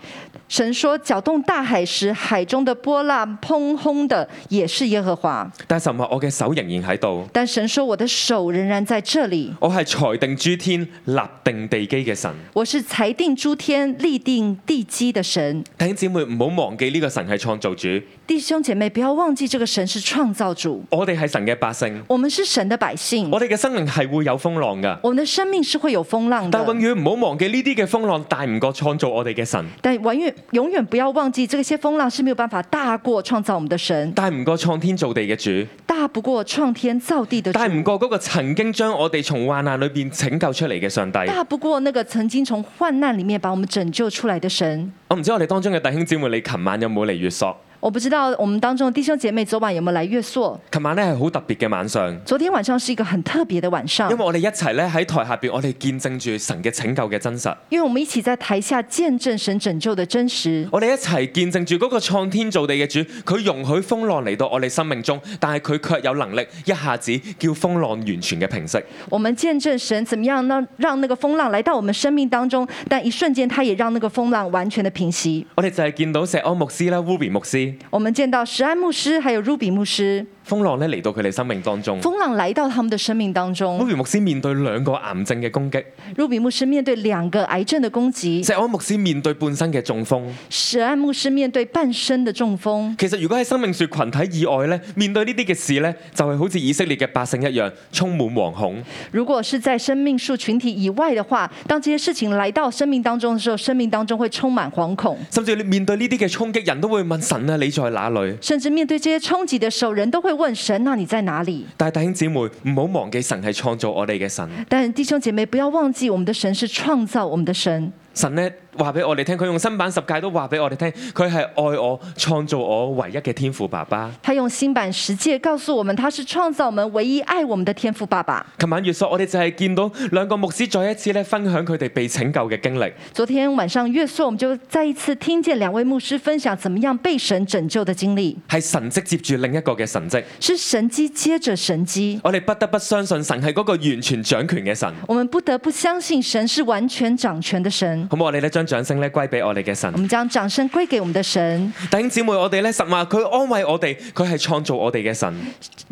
Speaker 3: 神说：“搅动大海时，海中的波浪砰轰的，也是耶和华。
Speaker 2: 但神話我嘅手仍然喺度，”
Speaker 3: 但神说：“我的手仍然在这里，
Speaker 2: 我係裁定諸天、立定地基嘅神。
Speaker 3: 我是裁定诸天、立定地基的神。
Speaker 2: 弟兄姊妹唔好忘記呢個神係創造主，”
Speaker 3: 弟兄姐妹，不要忘记这个神是创造主，
Speaker 2: 我哋係神嘅百姓，
Speaker 3: 我们是神的百姓，
Speaker 2: 我哋嘅生命係會有風浪㗎。
Speaker 3: 我们的生命是会有风浪
Speaker 2: 但永
Speaker 3: 的。
Speaker 2: 遠唔好忘記呢啲嘅風浪大唔過創造我哋嘅神。
Speaker 3: 但永远永远不要忘记，这些风浪是没有办法大过创造我们的神，
Speaker 2: 但唔過創天造地嘅主，
Speaker 3: 大不过创天造地的主，
Speaker 2: 但唔過嗰個曾經將我哋從患難裏邊拯救出嚟嘅上帝。
Speaker 3: 大不过那个曾经从患难里面把我们拯救出来的神。
Speaker 2: 我啊唔知我哋當中嘅弟兄姊妹，你琴晚有冇嚟月索？
Speaker 3: 我不知道我们当中的弟兄姐妹昨晚有没有来月朔？
Speaker 2: 琴晚咧係好特別嘅晚上，
Speaker 3: 昨天晚上是一个很特别的晚上
Speaker 2: 因，為我哋一齊咧喺台下邊，我哋見證住神嘅拯救嘅真實，
Speaker 3: 因为我们一起在台下见证神拯救的真实，
Speaker 2: 我哋一齊見證住嗰個創天造地嘅主，佢容許風浪嚟到我哋生命中，但係佢卻有能力一下子叫風浪完全嘅平息。
Speaker 3: 我们见证神怎么样让让那个风浪来到我们生命当中，但一瞬间他也让那个风浪完全的平息。
Speaker 2: 我哋就係見到石安牧師啦、Ruby 牧師，
Speaker 3: 我们见到石安牧师还有 Ruby 牧师，
Speaker 2: 風浪咧嚟到佢哋生命當中。
Speaker 3: 风浪来到他们的生命当中。
Speaker 2: Ruby 牧師面對兩個癌症嘅攻擊，
Speaker 3: Ruby 牧师面对两个癌症的攻击，
Speaker 2: 石安牧師面對半身嘅中風。
Speaker 3: 石安牧师面对半身的中风。
Speaker 2: 其實如果喺生命樹群體以外咧，面對呢啲嘅事咧，就係好似以色列嘅百姓一樣，充滿惶恐。
Speaker 3: 如果是在生命树群体以外的话，当这些事情来到生命当中的时候，生命当中会充满惶恐，
Speaker 2: 甚至你面對呢啲嘅衝擊，人都會問神啊，你在哪裏？
Speaker 3: 甚至面对这些冲击的时候，人都会问神：“那你在哪里
Speaker 2: 但係弟兄姊妹唔好忘記，神係創造我哋嘅神。？”
Speaker 3: 但弟兄姐妹，不要忘记，我们的神是创造我们的神。
Speaker 2: 神咧話俾我哋聽，佢用新版十戒都話俾我哋聽，佢係愛我、創造我唯一嘅天父爸爸。
Speaker 3: 他用新版十诫告诉我们，他是创造我们唯一爱我们的天父爸爸。
Speaker 2: 琴晚月朔，我哋就係見到兩個牧師再一次咧分享佢哋被拯救嘅經歷。
Speaker 3: 昨天晚上月朔，我们就再一次听见两位牧师分享怎么样被神拯救的经历，
Speaker 2: 係神蹟接住另一個嘅神蹟，
Speaker 3: 是神机接着神机。
Speaker 2: 我哋不得不相信神係嗰個完全掌權嘅神。
Speaker 3: 我们不得不相信神是完全掌权的神。
Speaker 2: 好唔好？我哋咧將掌聲咧歸俾我哋嘅神
Speaker 3: 我。们将掌声归给我们的神，
Speaker 2: 弟兄姊妹，我哋咧神話佢安慰我哋，佢係創造我哋嘅神。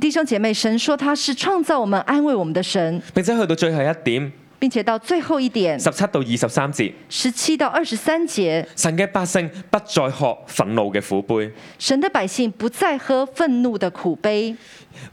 Speaker 3: 弟兄姐妹，神说他是創造我们、安慰我们的神，
Speaker 2: 並且去到最後一點，
Speaker 3: 并且到最后一点，
Speaker 2: 十七到二十三節，
Speaker 3: 十七到二十三节，
Speaker 2: 神嘅百姓不再喝憤怒嘅苦杯。
Speaker 3: 神的百姓不再喝愤怒的苦杯。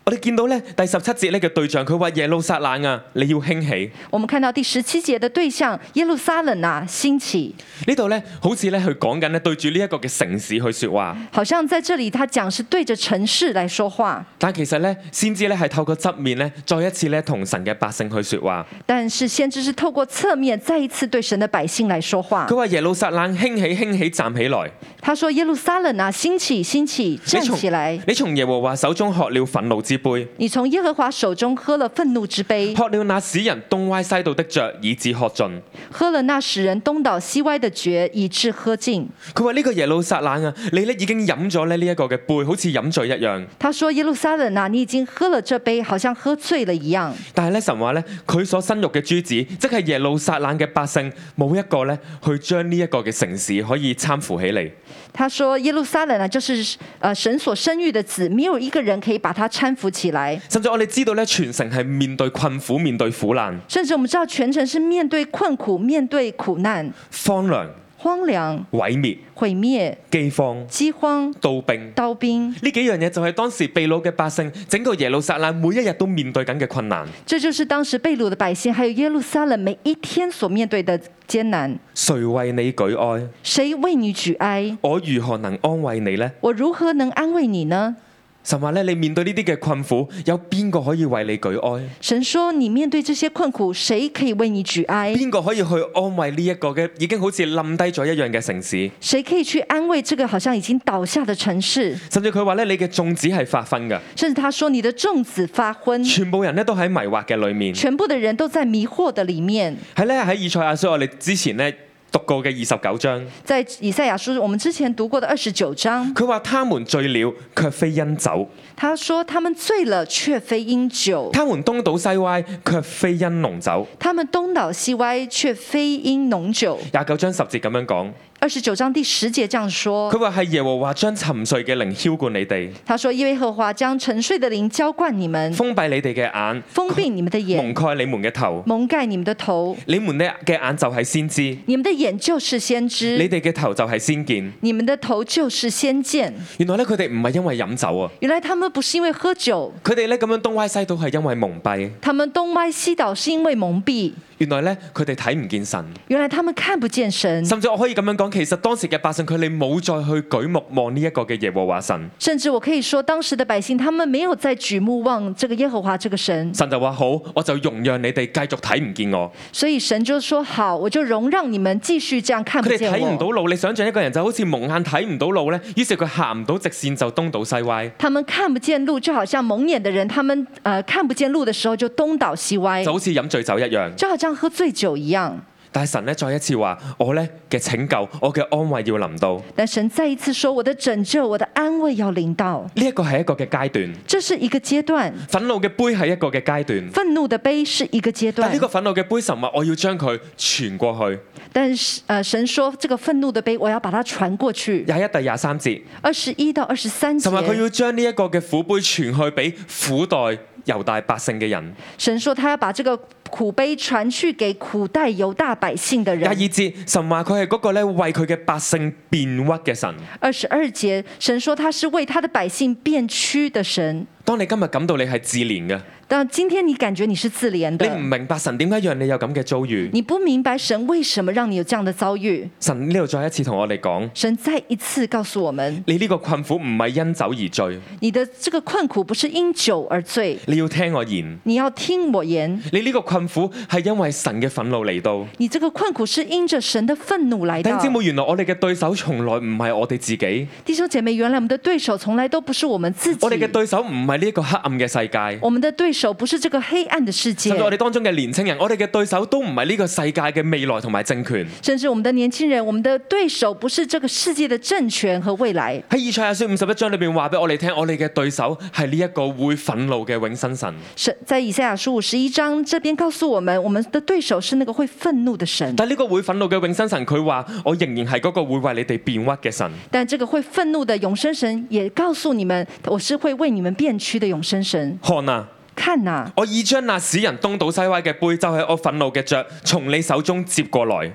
Speaker 2: 我哋見到咧第十七節呢嘅對象，佢話耶路撒冷啊，你要興起。
Speaker 3: 我们看到第十七节的对象耶路撒冷啊兴起，
Speaker 2: 呢度咧好似咧佢講緊咧對住呢一個嘅城市去说話，
Speaker 3: 好像在这里他讲是对着城市来说话，
Speaker 2: 但其實咧先知咧係透過側面咧再一次咧同神嘅百姓去说話。
Speaker 3: 但是先知是透过侧面再一次对神的百姓来说话
Speaker 2: 佢。話耶路撒冷興起，興起，站起來。
Speaker 3: 他说：“耶路撒冷啊，兴起，兴起，站起来！
Speaker 2: 你從耶和華手中喝了憤怒之杯，
Speaker 3: 你从耶和华手中喝了愤怒之杯，
Speaker 2: 喝了那使人東歪西倒的爵，以致喝盡。
Speaker 3: 喝了那使人东倒西歪的爵，以致喝尽。
Speaker 2: 佢話呢個耶路撒冷啊，你咧已經飲咗咧呢一個嘅杯，好似飲醉一樣。”
Speaker 3: 他说：“耶路撒冷啊，你已经喝了這杯，好像喝醉了一样。
Speaker 2: 但係咧神話咧，佢所生育嘅珠子，即係耶路撒冷嘅百姓，冇一個咧去將呢一個嘅城市可以參扶起嚟。”
Speaker 3: 他说：“耶路撒冷啊，就是呃神所生育的子，没有一个人可以把它搀扶起來。
Speaker 2: 甚至我哋知道咧，全城係面對困苦、面對苦難、
Speaker 3: 甚至我们知道，全城是面對困苦、面對苦難、
Speaker 2: 荒涼、
Speaker 3: 荒涼、
Speaker 2: 毀滅、
Speaker 3: 毀滅、
Speaker 2: 饑荒、
Speaker 3: 饥荒、
Speaker 2: 刀兵。
Speaker 3: 刀兵。
Speaker 2: 呢幾樣嘢就係當時秘掳嘅百姓，整個耶路撒冷每一日都面對緊嘅困難。
Speaker 3: 这就是当时被掳的百姓，还有耶路撒冷每一天所面對的艱難。
Speaker 2: 誰為你舉哀？
Speaker 3: 谁為你舉哀？
Speaker 2: 我如何能安慰你呢？
Speaker 3: 我如何能安慰你呢？
Speaker 2: 神話咧，你面對呢啲嘅困苦，有邊個可以為你舉哀？
Speaker 3: 神说：你面對這些困苦，谁可以為你舉哀？
Speaker 2: 邊個可以去安慰呢一個嘅已經好似冧低咗一樣嘅城市？
Speaker 3: 谁可以去安慰这个好像已經倒下的城市？
Speaker 2: 甚至佢話咧，你嘅種子係發昏嘅，
Speaker 3: 甚至他说你的粽子发昏，
Speaker 2: 全部人咧都喺迷惑嘅裏面。
Speaker 3: 嗯全部的人都在迷惑的里面。
Speaker 2: 喺咧喺以賽亞書，我哋之前咧讀過嘅二十九章，
Speaker 3: 在以赛亚书我们之前讀過的二十九章，
Speaker 2: 佢話：他們醉了，卻非因酒；
Speaker 3: 他说他們醉了，却非因酒；
Speaker 2: 他們東倒西歪，卻非因濃酒。
Speaker 3: 他們東倒西歪，却非因濃酒。
Speaker 2: 廿九章十節咁樣講，
Speaker 3: 二十九章第十节这样说
Speaker 2: 佢。話係耶和華將沉睡嘅靈澆灌你哋，
Speaker 3: 他说：“耶和華將沉睡的靈浇灌你們，
Speaker 2: 封閉你哋嘅眼，
Speaker 3: 封閉你們的眼，
Speaker 2: 蒙蓋你們嘅頭。
Speaker 3: 蒙蓋你們的頭。
Speaker 2: 你們咧嘅眼就係先知，
Speaker 3: 你們的眼就是先
Speaker 2: 你
Speaker 3: 知，
Speaker 2: 哋嘅頭就係先見。
Speaker 3: 你們的頭就是先見。
Speaker 2: 原來咧佢哋唔係因為飲酒啊，
Speaker 3: 原來他們不是因為喝酒，
Speaker 2: 佢哋咧咁樣東歪西倒係因為蒙蔽。
Speaker 3: 他們東歪西倒是因為蒙蔽，
Speaker 2: 原來咧佢哋睇唔見神，
Speaker 3: 原來他們看不見神。嗯
Speaker 2: 甚至我可以咁樣講，講，其實當時嘅百姓佢哋冇再去舉目望呢一個嘅耶和華神，
Speaker 3: 甚至我可以说，当时的百姓他们没有在举目望这个耶和华这个神，
Speaker 2: 神就話好，我就容讓你哋繼續睇唔見我。
Speaker 3: 所以神就说：“好，我就容讓你们繼續這樣啊看不
Speaker 2: 佢哋
Speaker 3: 見
Speaker 2: 睇唔
Speaker 3: 我。
Speaker 2: 到路，你想象一個人就好似蒙眼睇唔到路呢，於是佢行唔到直線就東倒西歪，
Speaker 3: 他們看不見路，就好像蒙眼的人，他們呃看不見路的時候就東倒西歪
Speaker 2: 就，好似飲醉酒一樣。
Speaker 3: 就好像喝醉酒一樣。
Speaker 2: 但係神咧再一次話：我咧嘅拯救，我嘅安慰要臨到。
Speaker 3: 但神再一次說：我的拯救，我的安慰要臨到。
Speaker 2: 呢一個係一個嘅階段，
Speaker 3: 這是一個階段，
Speaker 2: 憤怒嘅杯係一個嘅階段。
Speaker 3: 憤怒的杯是一個階
Speaker 2: 但
Speaker 3: 段
Speaker 2: 呢。個憤怒嘅杯，神話我要將佢傳過去。
Speaker 3: 但是呃，神說這個憤怒的杯，我要把它傳過去。
Speaker 2: 廿一第廿三節，
Speaker 3: 二十一到二十三
Speaker 2: 神話佢
Speaker 3: 節，
Speaker 2: 要將呢一個嘅苦杯傳去俾苦待猶大百姓嘅人。
Speaker 3: 神說他要把這個苦杯傳去給苦待猶大百姓的
Speaker 2: 廿
Speaker 3: 人
Speaker 2: 二。節，神話佢係嗰個咧為佢嘅百姓辯屈嘅神。
Speaker 3: 二十二节，神说他是为他的百姓辩屈的神。
Speaker 2: 當你今日感到你係自憐嘅，
Speaker 3: 但今天你感覺你是自憐
Speaker 2: 你唔
Speaker 3: 的，
Speaker 2: 明白神點解讓你有咁嘅遭遇，
Speaker 3: 你不明白神為什麼讓你有這樣的遭遇。
Speaker 2: 神呢度再一次同我哋講：
Speaker 3: 神再一次告訴我們，
Speaker 2: 你呢個困苦唔係因酒而醉，
Speaker 3: 你的這個困苦不是因酒而醉，
Speaker 2: 你要聽我言。
Speaker 3: 你要聽我言。
Speaker 2: 你呢個困苦係因為神嘅憤怒嚟到。
Speaker 3: 你這個困苦是因着神的憤怒來
Speaker 2: 弟兄
Speaker 3: 到
Speaker 2: 姊。妹，原來我哋嘅對手從來唔係我哋自己，
Speaker 3: 弟兄姐妹，原來我們的對手從來都不是我們自己
Speaker 2: 我，哋嘅對手唔係呢一個黑暗嘅世界。
Speaker 3: 我們的對手不是這個黑暗的世界
Speaker 2: 甚至，我哋當中嘅年青人，我哋嘅對手都唔係呢個世界嘅未來同埋政權。
Speaker 3: 甚至我們的年輕人，我們的對手不是這個世界的政權和未來。
Speaker 2: 喺以賽亞書五十一章裏邊話俾我哋聽，我哋嘅對手係呢一個會憤怒嘅永生神。
Speaker 3: 神在以赛亚书五十一章这边告诉我们，我们的對手是那個會憤怒的神，
Speaker 2: 但呢個會憤怒嘅永生神，佢話：我仍然係嗰個會為你哋辯屈嘅神。
Speaker 3: 但這個會憤怒的永生神也告訴你們，我是會為你們辩屈的永生神。
Speaker 2: 看啊，
Speaker 3: 看呐、
Speaker 2: 我已將那使人東倒西歪嘅杯，就係我憤怒嘅爵，從你手中接過來。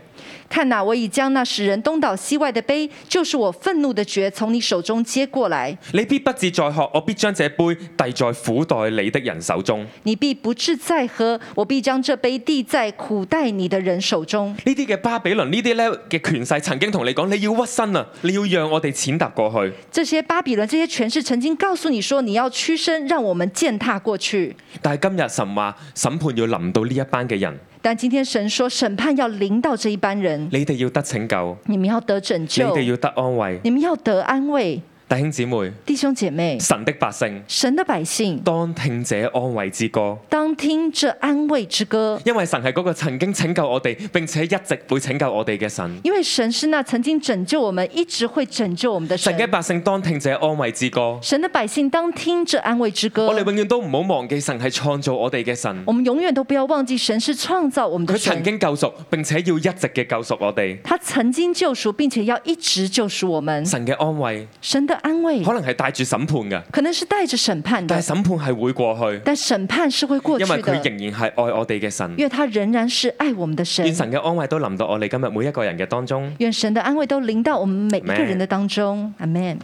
Speaker 3: 看呐、我已將那使人東倒西歪的杯，就是我憤怒的爵，從你手中接過來。
Speaker 2: 你必不至再喝，我必將這杯遞在苦待你的人手中。呢
Speaker 3: 你必不至再喝，我必將這杯遞在苦待你的人手中。
Speaker 2: 啲嘅巴比倫，呢啲咧嘅權勢曾經同你講，你要屈身啊，你要讓我哋踐踏過去。
Speaker 3: 這些巴比倫這些權勢曾經告訴你說，你要屈身，讓我們踐踏過去。
Speaker 2: 但係今日神話審判要臨到呢一班嘅人，
Speaker 3: 但今天神說，審判要臨到這一班人。
Speaker 2: 你哋要得拯救，
Speaker 3: 你們要得拯
Speaker 2: 你
Speaker 3: 救，
Speaker 2: 哋要得安慰。
Speaker 3: 你們要得安慰，
Speaker 2: 弟兄姊妹，
Speaker 3: 弟兄姐妹，
Speaker 2: 神的百姓，
Speaker 3: 神的百姓，
Speaker 2: 當聽者安慰之歌，
Speaker 3: 當聽這安慰之歌，
Speaker 2: 因為神係嗰個曾經拯救我哋，並且一直會拯救我哋嘅神。
Speaker 3: 因為神是那曾經拯救我們、一直會拯救我們的神
Speaker 2: 神。嘅百姓當聽者安慰之歌，
Speaker 3: 神的百姓當聽這安慰之歌
Speaker 2: 我，哋永遠都唔好忘記神係創造我哋嘅神。
Speaker 3: 我們永遠都不要忘記，神是創造我們的
Speaker 2: 佢曾
Speaker 3: 神。
Speaker 2: 經救贖，並且要一直嘅救贖我哋。
Speaker 3: 他曾經救贖，並且要一直救贖我們。
Speaker 2: 神嘅安慰
Speaker 3: 神的安慰
Speaker 2: 可能係帶住審判嘅，
Speaker 3: 可能是帶着審判
Speaker 2: 但
Speaker 3: 的
Speaker 2: 係，審判係會過去，
Speaker 3: 但審判是會過
Speaker 2: 因為
Speaker 3: 去
Speaker 2: 佢
Speaker 3: 的，
Speaker 2: 仍然係愛我哋嘅神
Speaker 3: 因。為他仍然是愛我們的神
Speaker 2: 願。神嘅安慰都臨到我哋今日每一個人嘅當中。
Speaker 3: 愿神的安慰都临到我们每一个人的当中。阿 m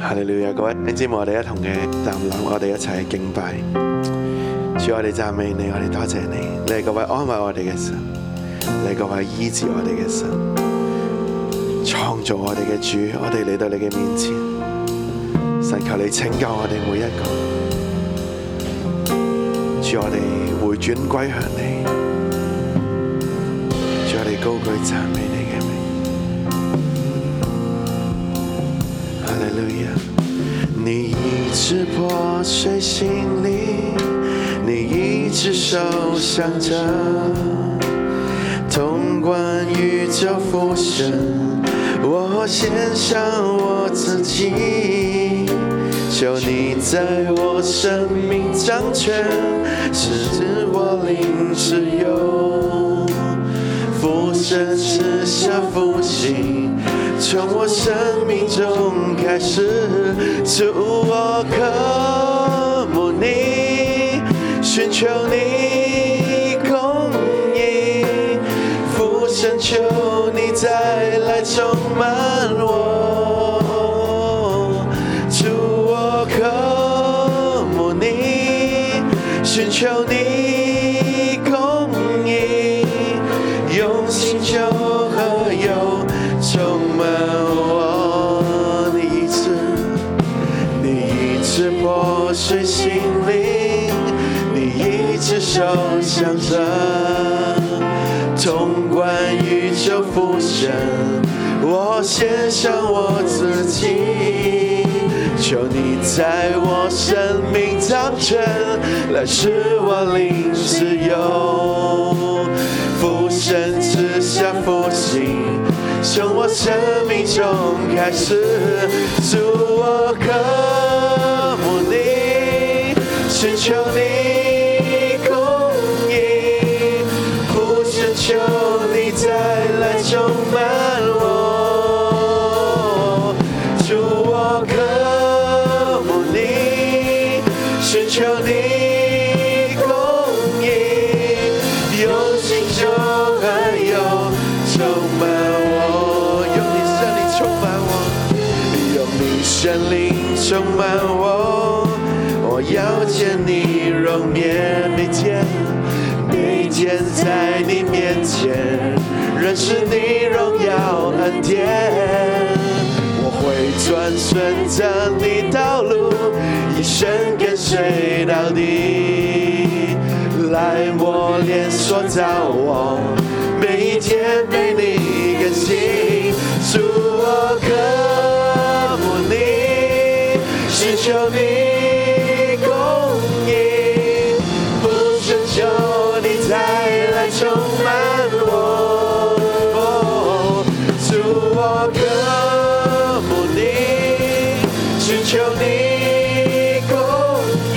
Speaker 4: 哈利路亞！各位，你知唔知我哋一同嘅站立，我哋一齊去敬拜。主，我哋讚美你，我哋多謝你，你係各位安慰我哋嘅神，你係各位醫治我哋嘅神，創造我哋嘅主，我哋嚟到你嘅面前，神求你拯救我哋每一個。主，我哋回轉歸向你，主，我哋高舉讚美你嘅名。哈利路亚！你医治破碎心灵，你医治受伤者，通关宇宙复生。我献上我自己，求你在我生命掌权，使我灵自由。复生是下复兴，从我生命中开始。主，我渴慕你，寻求你供应，复生求你再来充满我。主，我渴慕你，寻求你公义，用心求和有充满我的意志，你一直破碎心灵，你一直手向着。纵观宇宙浮生，我献上我自己，求你在我生命掌权，来使我灵自由。浮生之下复兴，从我生命中开始，主我渴慕你，寻求你公义。不奢求你再来充满我，主我渴慕你，寻求你公义，有心就还有充满我，用你圣灵充满我，用你圣灵充满我，我要见你容颜，每天。每天在你面前，认识你荣耀恩典。我会转身将你道路，一生跟随到底。来磨练塑造我，每一天被你更新。主，我渴慕你，寻求你公义，不奢求你再来充满我。主，我渴慕你，寻求你公义，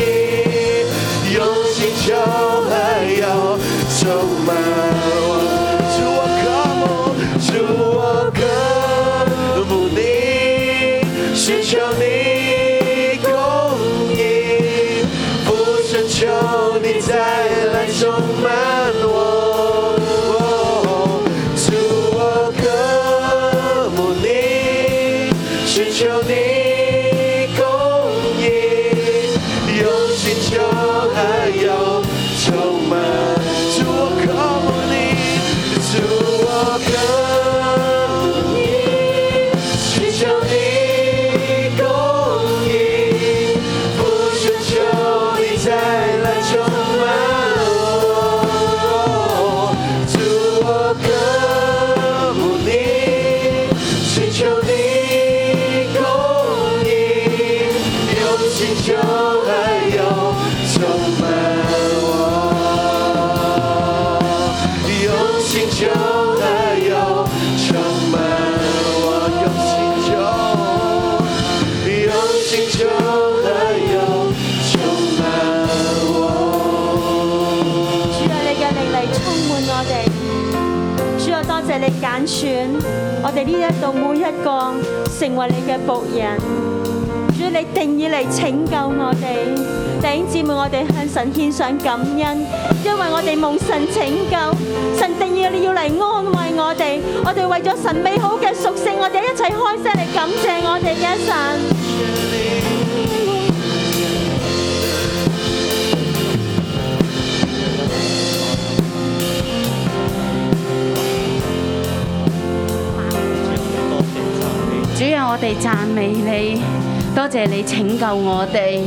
Speaker 4: 用心求还有充满我。主，我渴慕，主，我渴慕你，寻求你公义，不奢求你再来充满我。主，我渴慕你，寻求你公义，有寻求还有充满。主，我渴慕你，主，我渴慕你，寻求你公义，不寻求你再来充满我。主，我渴慕你，寻求你公义，有寻求还有充满我，有寻求还有充满我，有寻求，有寻求还有充满我。
Speaker 5: 主啊，你嘅力嚟充滿我哋。主啊，多謝你揀選我哋呢一度每一個成為你嘅仆人。主啊，你定義嚟拯救我哋。弟兄姊妹，我哋向神獻上感恩，因為我哋蒙神拯救，神定義你要嚟安慰我哋。我哋為咗神美好嘅屬性，我哋一齊開聲嚟感謝我哋嘅神。
Speaker 6: 主啊，我哋讚美你，多謝你拯救我哋，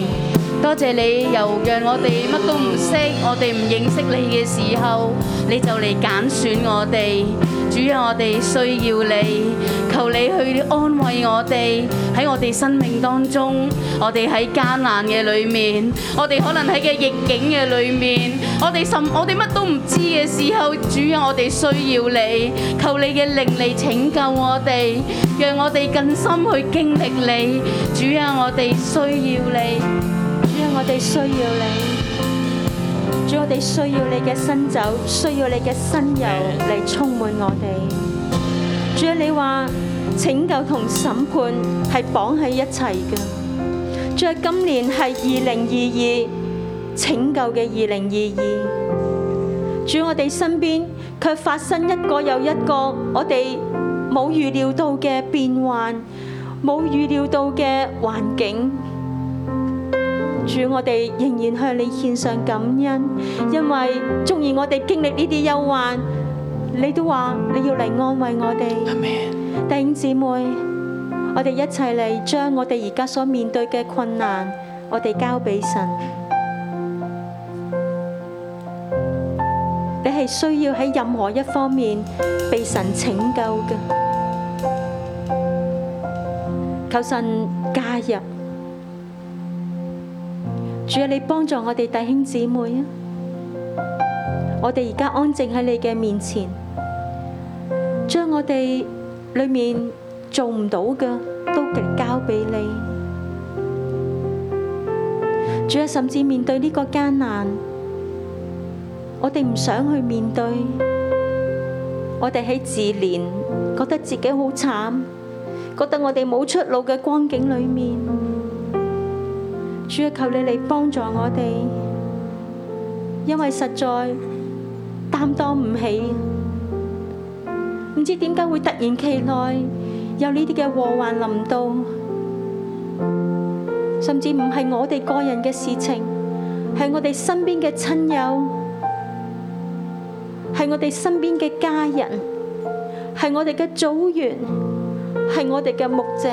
Speaker 6: 多謝你又讓我哋乜都唔識，我哋唔認識你嘅時候，你就嚟揀選我哋。主啊，我哋需要你，求你去安慰我哋喺我哋生命當中，我哋喺艱難嘅裏面，我哋可能喺嘅逆境嘅裏面，我哋甚我哋乜都唔知嘅時候，主啊，我哋需要你，求你嘅靈嚟拯救我哋，讓我哋更深去經歷你。主啊，我哋需要你。
Speaker 5: 主啊，我哋需要你，主我哋需要你嘅新酒，需要你嘅新油嚟充滿我哋。主啊，你話拯救同審判係綁喺一齊嘅。主啊，今年係二零二二拯救嘅二零二二。主，我哋身邊卻發生一個又一個我哋冇預料到嘅變幻，冇預料到嘅環境。主，我哋仍然向你獻上感恩，因為縱然我哋經歷呢啲憂患，你都話你要嚟安慰我哋。弟兄姊妹，我哋一齊嚟將我哋而家所面對嘅困難，我哋交俾神。你係需要喺任何一方面被神拯救嘅，求神加入。主啊，你幫助我哋弟兄姊妹啊！我哋而家安靜喺你嘅面前，將我哋裏面做唔到嘅都交俾你。主啊，甚至面對呢個艱難，我哋唔想去面對，我哋喺自憐，覺得自己好慘，覺得我哋冇出路嘅光景裏面。主啊，求你嚟幫助我哋，因為實在擔當唔起，唔知點解會突然其來有呢啲嘅禍患臨到，甚至唔係我哋個人嘅事情，係我哋身邊嘅親友，係我哋身邊嘅家人，係我哋嘅組員，係我哋嘅牧者。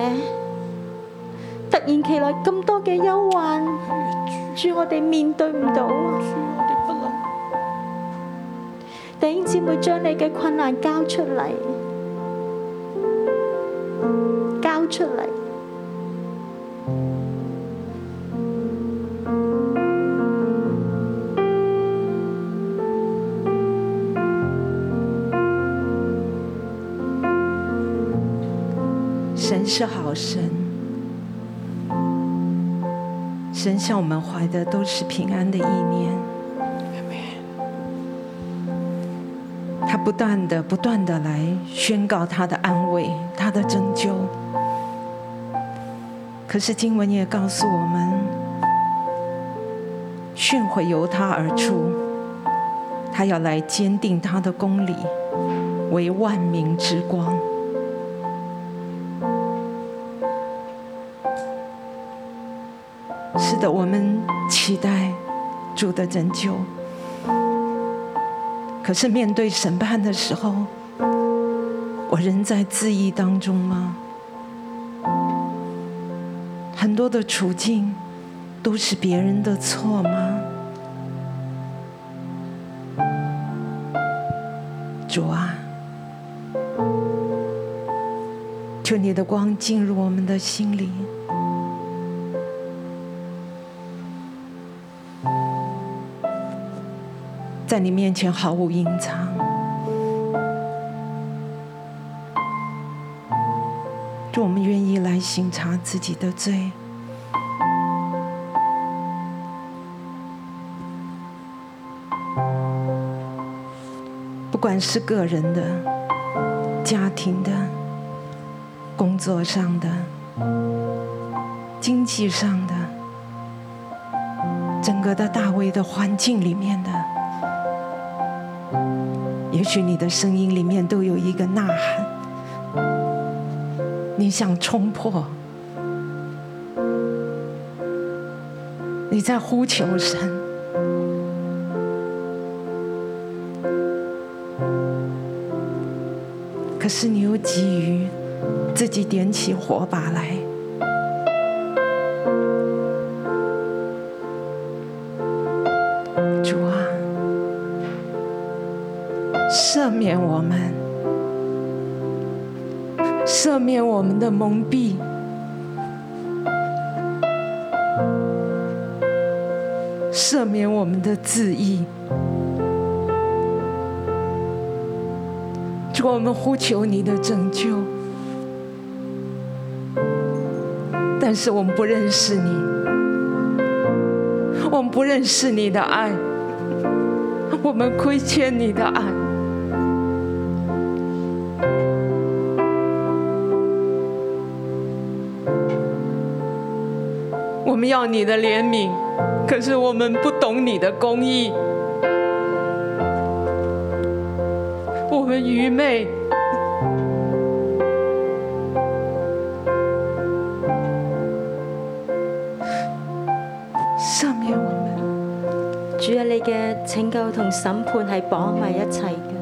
Speaker 5: 突然其來咁多嘅憂患，主我哋面對唔到，啊弟兄姊妹將你嘅困難交出嚟，交出嚟。
Speaker 7: 神是好神，神向我们怀的都是平安的意念。他不断的、不断的来宣告他的安慰、他的拯救。可是经文也告诉我们，训诲由他而出，他要来坚定他的公理，为万民之光。是的，我们期待主的拯救。可是面对审判的时候，我仍在自意当中吗？很多的处境都是别人的错吗？主啊，求你的光进入我们的心里。在你面前毫无隐藏。主，我们愿意来省察自己的罪。不管是个人的、家庭的、工作上的、经济上的，整个的大卫的环境里面的，也许你的声音里面都有一个呐喊，你想冲破，你在呼求神。可是你又急于自己点起火把来，主啊，赦免我们，赦免我们的蒙蔽。赦免我们的自意，主，啊我们呼求你的拯救，但是我们不认识你，我们不认识你的爱，我们亏欠你的爱。我们要你的怜悯，可是我们不懂你的公义。我们愚昧。
Speaker 5: 啊拯救同審判係綁埋一齊嘅。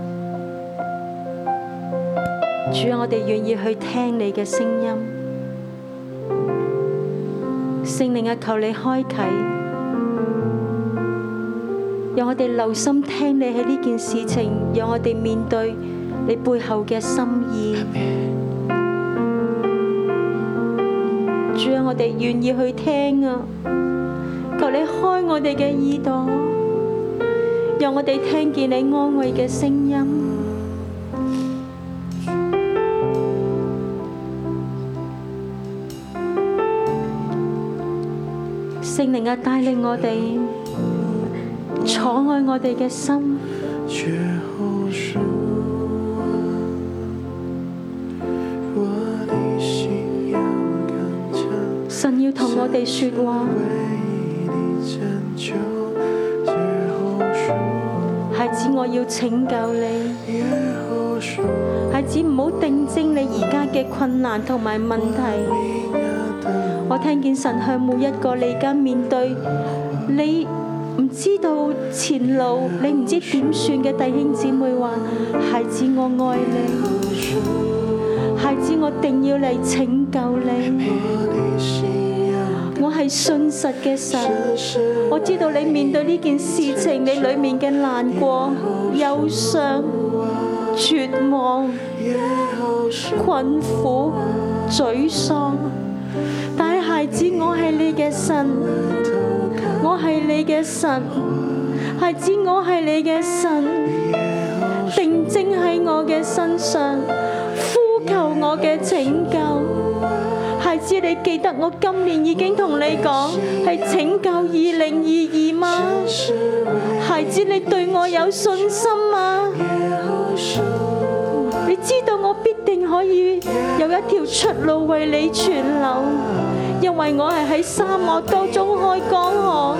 Speaker 5: 主啊，我哋願意去聽你嘅聲音。聖靈啊，求你開啟，讓我哋留心聽你喺呢件事情，讓我哋面對你背後嘅心意。主啊，我哋願意去聽啊！求你開我哋嘅耳朵，讓我哋聽見你安慰嘅聲音。聖靈啊，帶領我哋敞開我哋嘅心，
Speaker 4: 绝后是我，我的心要刚强，
Speaker 5: 神要同我哋说話。
Speaker 4: 唯一的拯救。绝后是
Speaker 5: 孩子，我要拯救你。
Speaker 4: 也后是
Speaker 5: 孩子，唔好定睛你而家嘅困難同埋問題。
Speaker 4: 明啊的
Speaker 5: 我聽見神向每一個你而家面對，你唔知道前路，你唔知點算嘅弟兄姊妹話：孩子，我愛你，孩子，我定要嚟拯救你。
Speaker 4: 我的心要
Speaker 5: 我係信實嘅神，
Speaker 4: 真是
Speaker 5: 我知道你面對呢件事情，你裡面嘅難過、憂傷、絕望。
Speaker 4: 也后是
Speaker 5: 困苦、沮喪，但係孩子，我係你嘅神，我係你嘅神，孩子，我係你嘅神，定睛喺我嘅身上，呼求我嘅拯救。孩子，你記得我今年已經同你講係拯救二零二二嗎？孩子，你對我有信心嗎？你知道我必定可以有一條出路為你存留，因為我係喺沙漠當中開江河，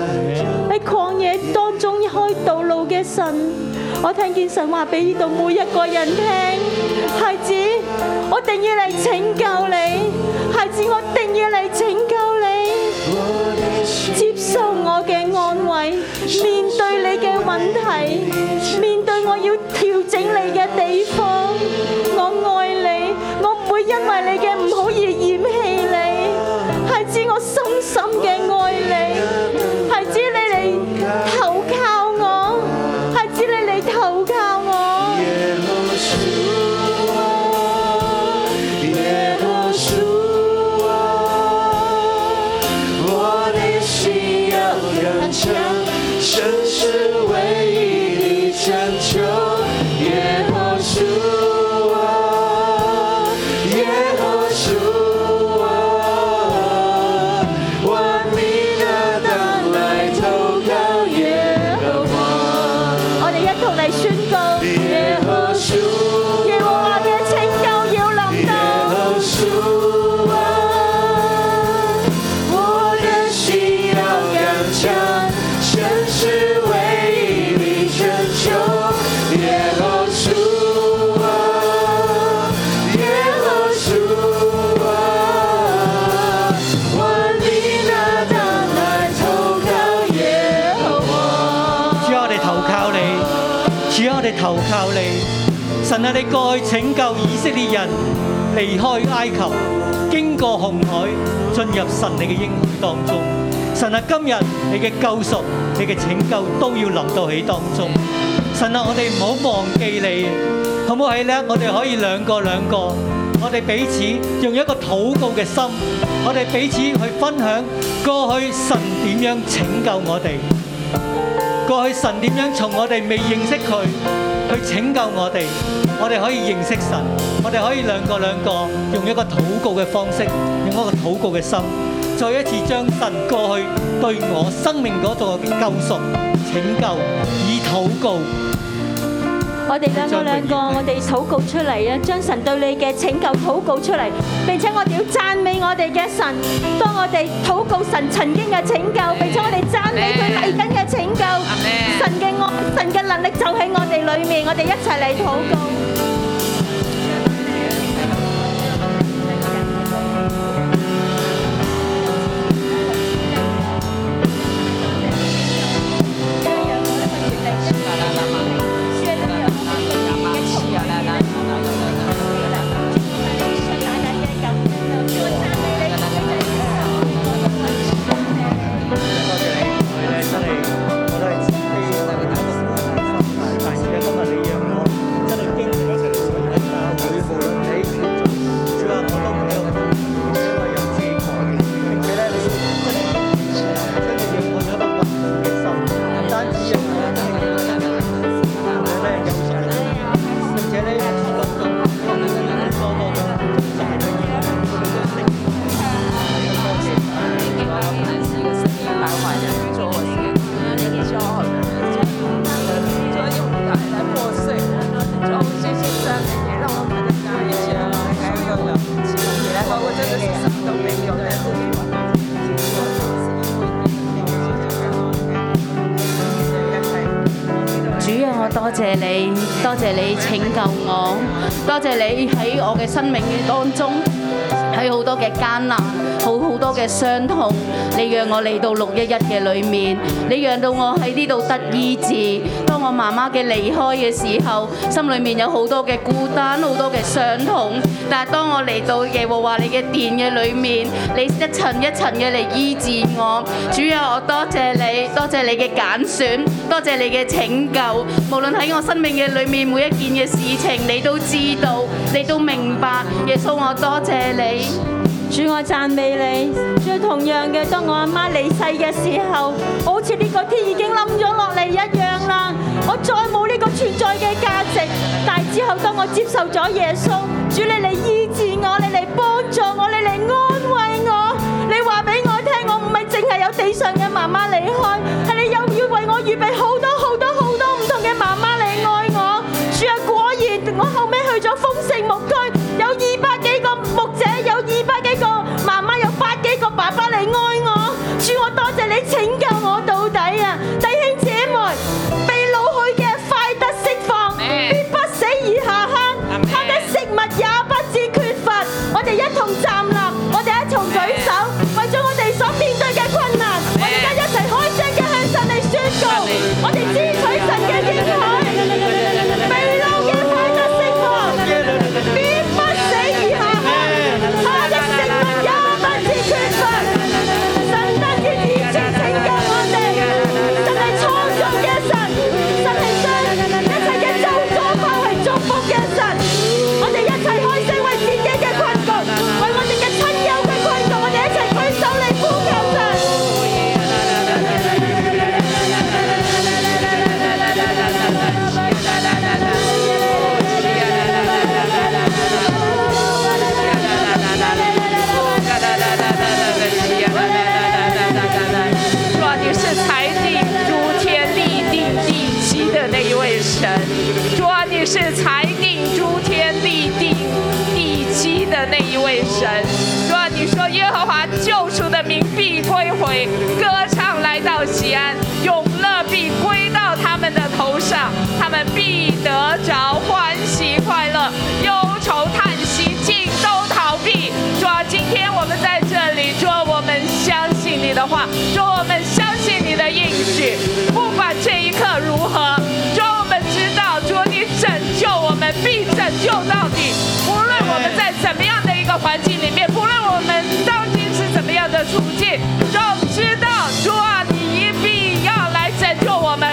Speaker 5: 喺曠野當中開道路嘅神。我聽見神話俾呢度每一個人聽，孩子，我定要嚟拯救你，孩子，我定要嚟拯救你。
Speaker 4: 我的心
Speaker 5: 接受我嘅安慰，面對你嘅問題，面對我要調整你嘅地方，我愛你，我唔會因為你嘅唔好而嫌棄你，係指我深深嘅愛你，係指你嚟投靠我，係指你嚟投靠我。
Speaker 4: 也后是我，也后是我，我的心要刚强，神是唯一的拯救。也后是我，也后是我，万民的当来投靠耶和华。
Speaker 5: 我哋一同嚟宣告，
Speaker 4: 耶和书
Speaker 5: 耶和華嘅拯救要臨
Speaker 4: 耶
Speaker 5: 到。
Speaker 4: 和书啊，我的心要刚强，神是唯一的拯救。耶和书啊，耶和书啊，万民的当来投靠耶和华。
Speaker 8: 主啊，我哋投靠你，主啊，我哋投靠你。神啊，你過去拯救以色列人離開埃及，經過紅海，進入神你嘅應許當中。神啊，今日你嘅救贖、你嘅拯救都要臨到喺當中。神啊，我哋唔好忘記你，好唔好？係咧，我哋可以兩個兩個，我哋彼此用一個禱告嘅心，我哋彼此去分享過去神點樣拯救我哋。過去神點樣從我哋未認識佢，去拯救我哋，我哋可以認識神，我哋可以兩個兩個用一個禱告嘅方式，用一個禱告嘅心，再一次將神過去對我生命嗰度嘅救贖、拯救，以禱告
Speaker 5: 我哋兩個兩個，我哋禱告出嚟啊！將神對你嘅拯救禱告出嚟，並且我哋要讚美我哋嘅神。當我哋禱告神曾經嘅拯救，並且我哋讚美佢嚟緊嘅拯救，神嘅愛、神嘅能力就喺我哋裏面，我哋一齊嚟禱告。
Speaker 6: 主啊，我多謝你，多謝你拯救我，多謝你喺我嘅生命嘅當中，喺好多嘅艱難，好好多嘅傷痛，你讓我嚟到六一一嘅裏面，你讓到我喺呢度得醫治。當我媽媽嘅離開嘅時候，心裏面有好多嘅孤單，好多嘅傷痛，但係當我嚟到耶和華你嘅殿嘅裏面，你一層一層嘅嚟醫治我。主啊，我多謝你，多謝你嘅揀選，多謝你嘅拯救。無論喺我生命嘅裏面每一件嘅事情，你都知道，你都明白。耶穌，我多謝你。
Speaker 5: 主我讚美你。最同樣嘅，當我阿媽離世嘅時候，我好似呢個天已經冧咗落嚟一樣啦，我再冇呢個存在嘅價值。但係之後，當我接受咗耶穌，主你嚟醫治我，你嚟幫助我，你嚟安慰我，你話俾我聽，我唔係淨係有地上嘅媽媽離開，係你又要為我預備好多好多好多唔同嘅媽媽嚟愛我。主啊，果然我後尾去咗豐盛牧區，有二百幾個牧者，有二百幾個媽媽，有百幾個爸爸嚟愛我。主，我多謝你拯救我到底啊！弟兄姐妹，被老去嘅快得釋放，必不死而下坑，他的食物也不致缺乏。我哋一同站立，我哋一同舉手，為咗我哋所面對嘅困難，我哋而家一齊開聲嘅向神嚟宣告，我哋支取神嘅應許，被擄嘅快得釋放，必不死而下坑，他的食物也不致缺乏。神得以熱情拯救我哋，神係創造嘅神，神係將一切嘅咒詛化為祝福嘅神。我哋一齊開聲為自己嘅困局，為我哋嘅親友嘅困局，我哋一齊舉手嚟呼求神。
Speaker 9: 主啊，你是财力如天立地地基的那一位神。主啊，你是财力如天立地地基的那一位神。主啊，你说耶和华救赎的民必归回，歌唱来到西安，永乐必归到他们的头上，他们必得着欢喜快乐，忧愁叹息尽都逃避。主啊，今天我们在这里，主啊，我们相信你的话，主啊，我们相信你的应许，不管这一刻如何，主啊，我们知道，主啊，你拯救我们，必拯救到底。无论我们在怎么样的一个环境里面，无论我们当今是怎么样的处境，主啊，我们知道，主啊，你一必要来拯救我们，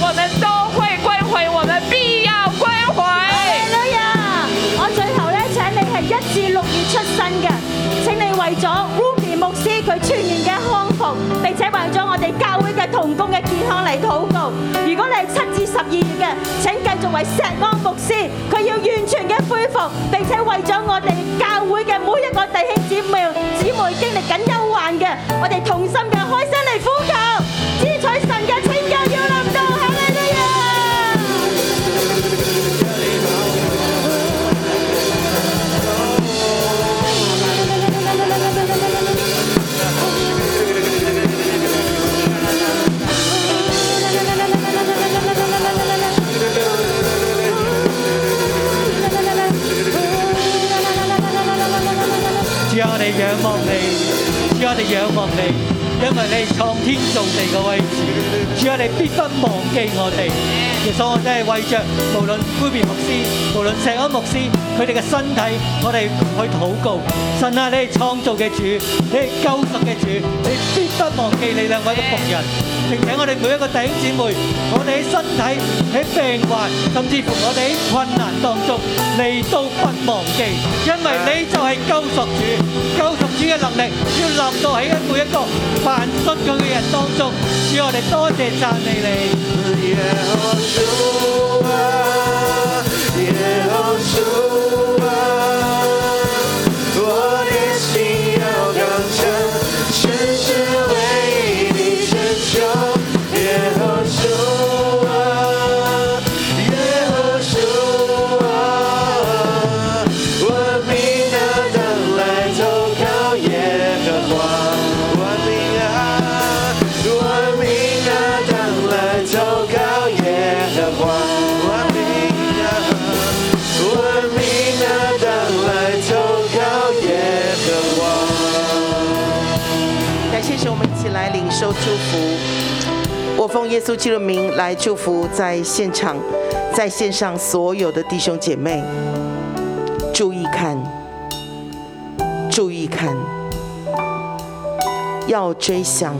Speaker 9: 我们都会归回，我们必要归回。
Speaker 5: 女啊！我最後咧請你係一至六月出生嘅，請你為咗 Ruby 牧師佢全年嘅康復，並且為咗我哋教會嘅童工嘅健康嚟禱告。如果你係七至十二月嘅，請繼續為石安牧師，佢要完全嘅恢復，並且為咗我哋教會嘅每一個弟兄姊妹姊妹經歷緊憂患嘅，我哋同心嘅開聲嚟呼求，支取神嘅拯救要臨到，哈利路亞！
Speaker 8: 主啊，我哋仰望你，主啊，我哋仰望你，因為你係創天造地嘅位置，主啊，你必不忘記我哋。耶穌，我真係為着無論 g u b i 牧師，無論石安牧師，佢哋嘅身體，我哋同佢禱告。神啊，你係創造嘅主，你係救贖嘅主，你必不忘記你兩位嘅僕人。並且我哋每一個弟兄姊妹，我哋喺身體、喺病患，甚至乎我哋喺困難當中，你都不忘記，因為你就係救贖主，救贖主嘅能力要臨到喺每一個凡信佢嘅人當中。主，我哋多謝讚美你。
Speaker 4: 耶和主啊，耶和主啊，我的心要刚强，全是为你祈求。耶和主啊，耶和主啊，万民的灯来照
Speaker 10: 来领受祝福。我奉耶稣基督的名来祝福在现场、在线上所有的弟兄姐妹。注意看，注意看，要追想，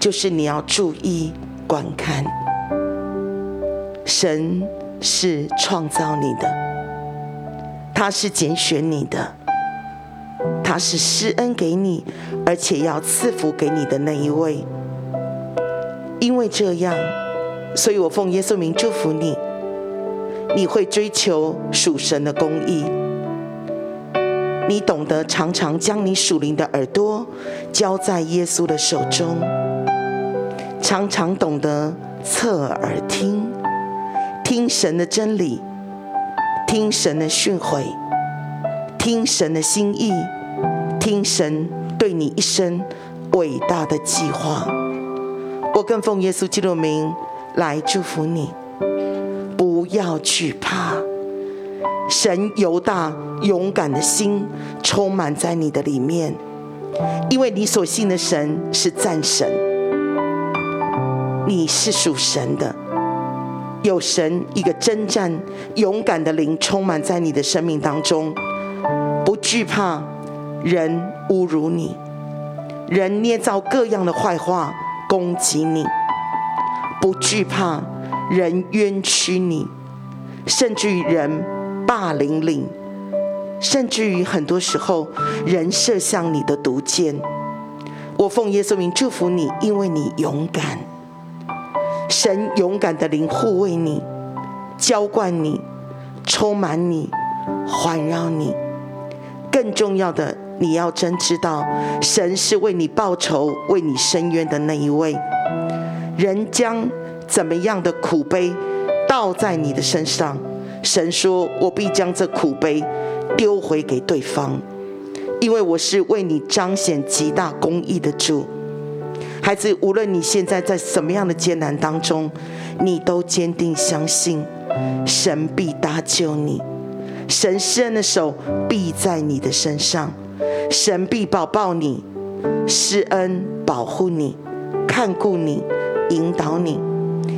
Speaker 10: 就是你要注意观看。神是创造你的，他是拣选你的，他是施恩给你，而且要赐福给你的那一位。因为这样，所以我奉耶稣名祝福你，你会追求属神的公义。你懂得常常将你属灵的耳朵交在耶稣的手中，常常懂得侧耳听，听神的真理，听神的训诲，听神的心意，听神对你一生伟大的计划。我更奉耶稣基督的名来祝福你，不要惧怕。神犹大勇敢的心充满在你的里面，因为你所信的神是战神，你是属神的，有神一个征战勇敢的灵充满在你的生命当中，不惧怕人侮辱你，人捏造各样的坏话攻击你，不惧怕人冤屈你，甚至于人霸凌你，甚至于很多时候人射向你的毒箭。我奉耶稣名祝福你，因为你勇敢，神勇敢的灵护卫你，浇灌你，充满你，环绕你。更重要的，你要真知道，神是为你报仇、为你伸冤的那一位。人将怎么样的苦悲倒在你的身上，神说：“我必将这苦悲丢回给对方，因为我是为你彰显极大公义的主。”孩子，无论你现在在什么样的艰难当中，你都坚定相信，神必搭救你。神施恩的手必在你的身上，神必保抱你，施恩保护你，看顾你，引导你，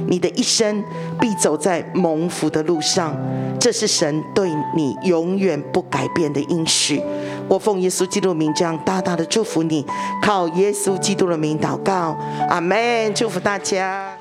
Speaker 10: 你的一生必走在蒙福的路上。这是神对你永远不改变的应许。我奉耶稣基督的名，这样大大的祝福你，靠耶稣基督的名祷告，阿门！祝福大家。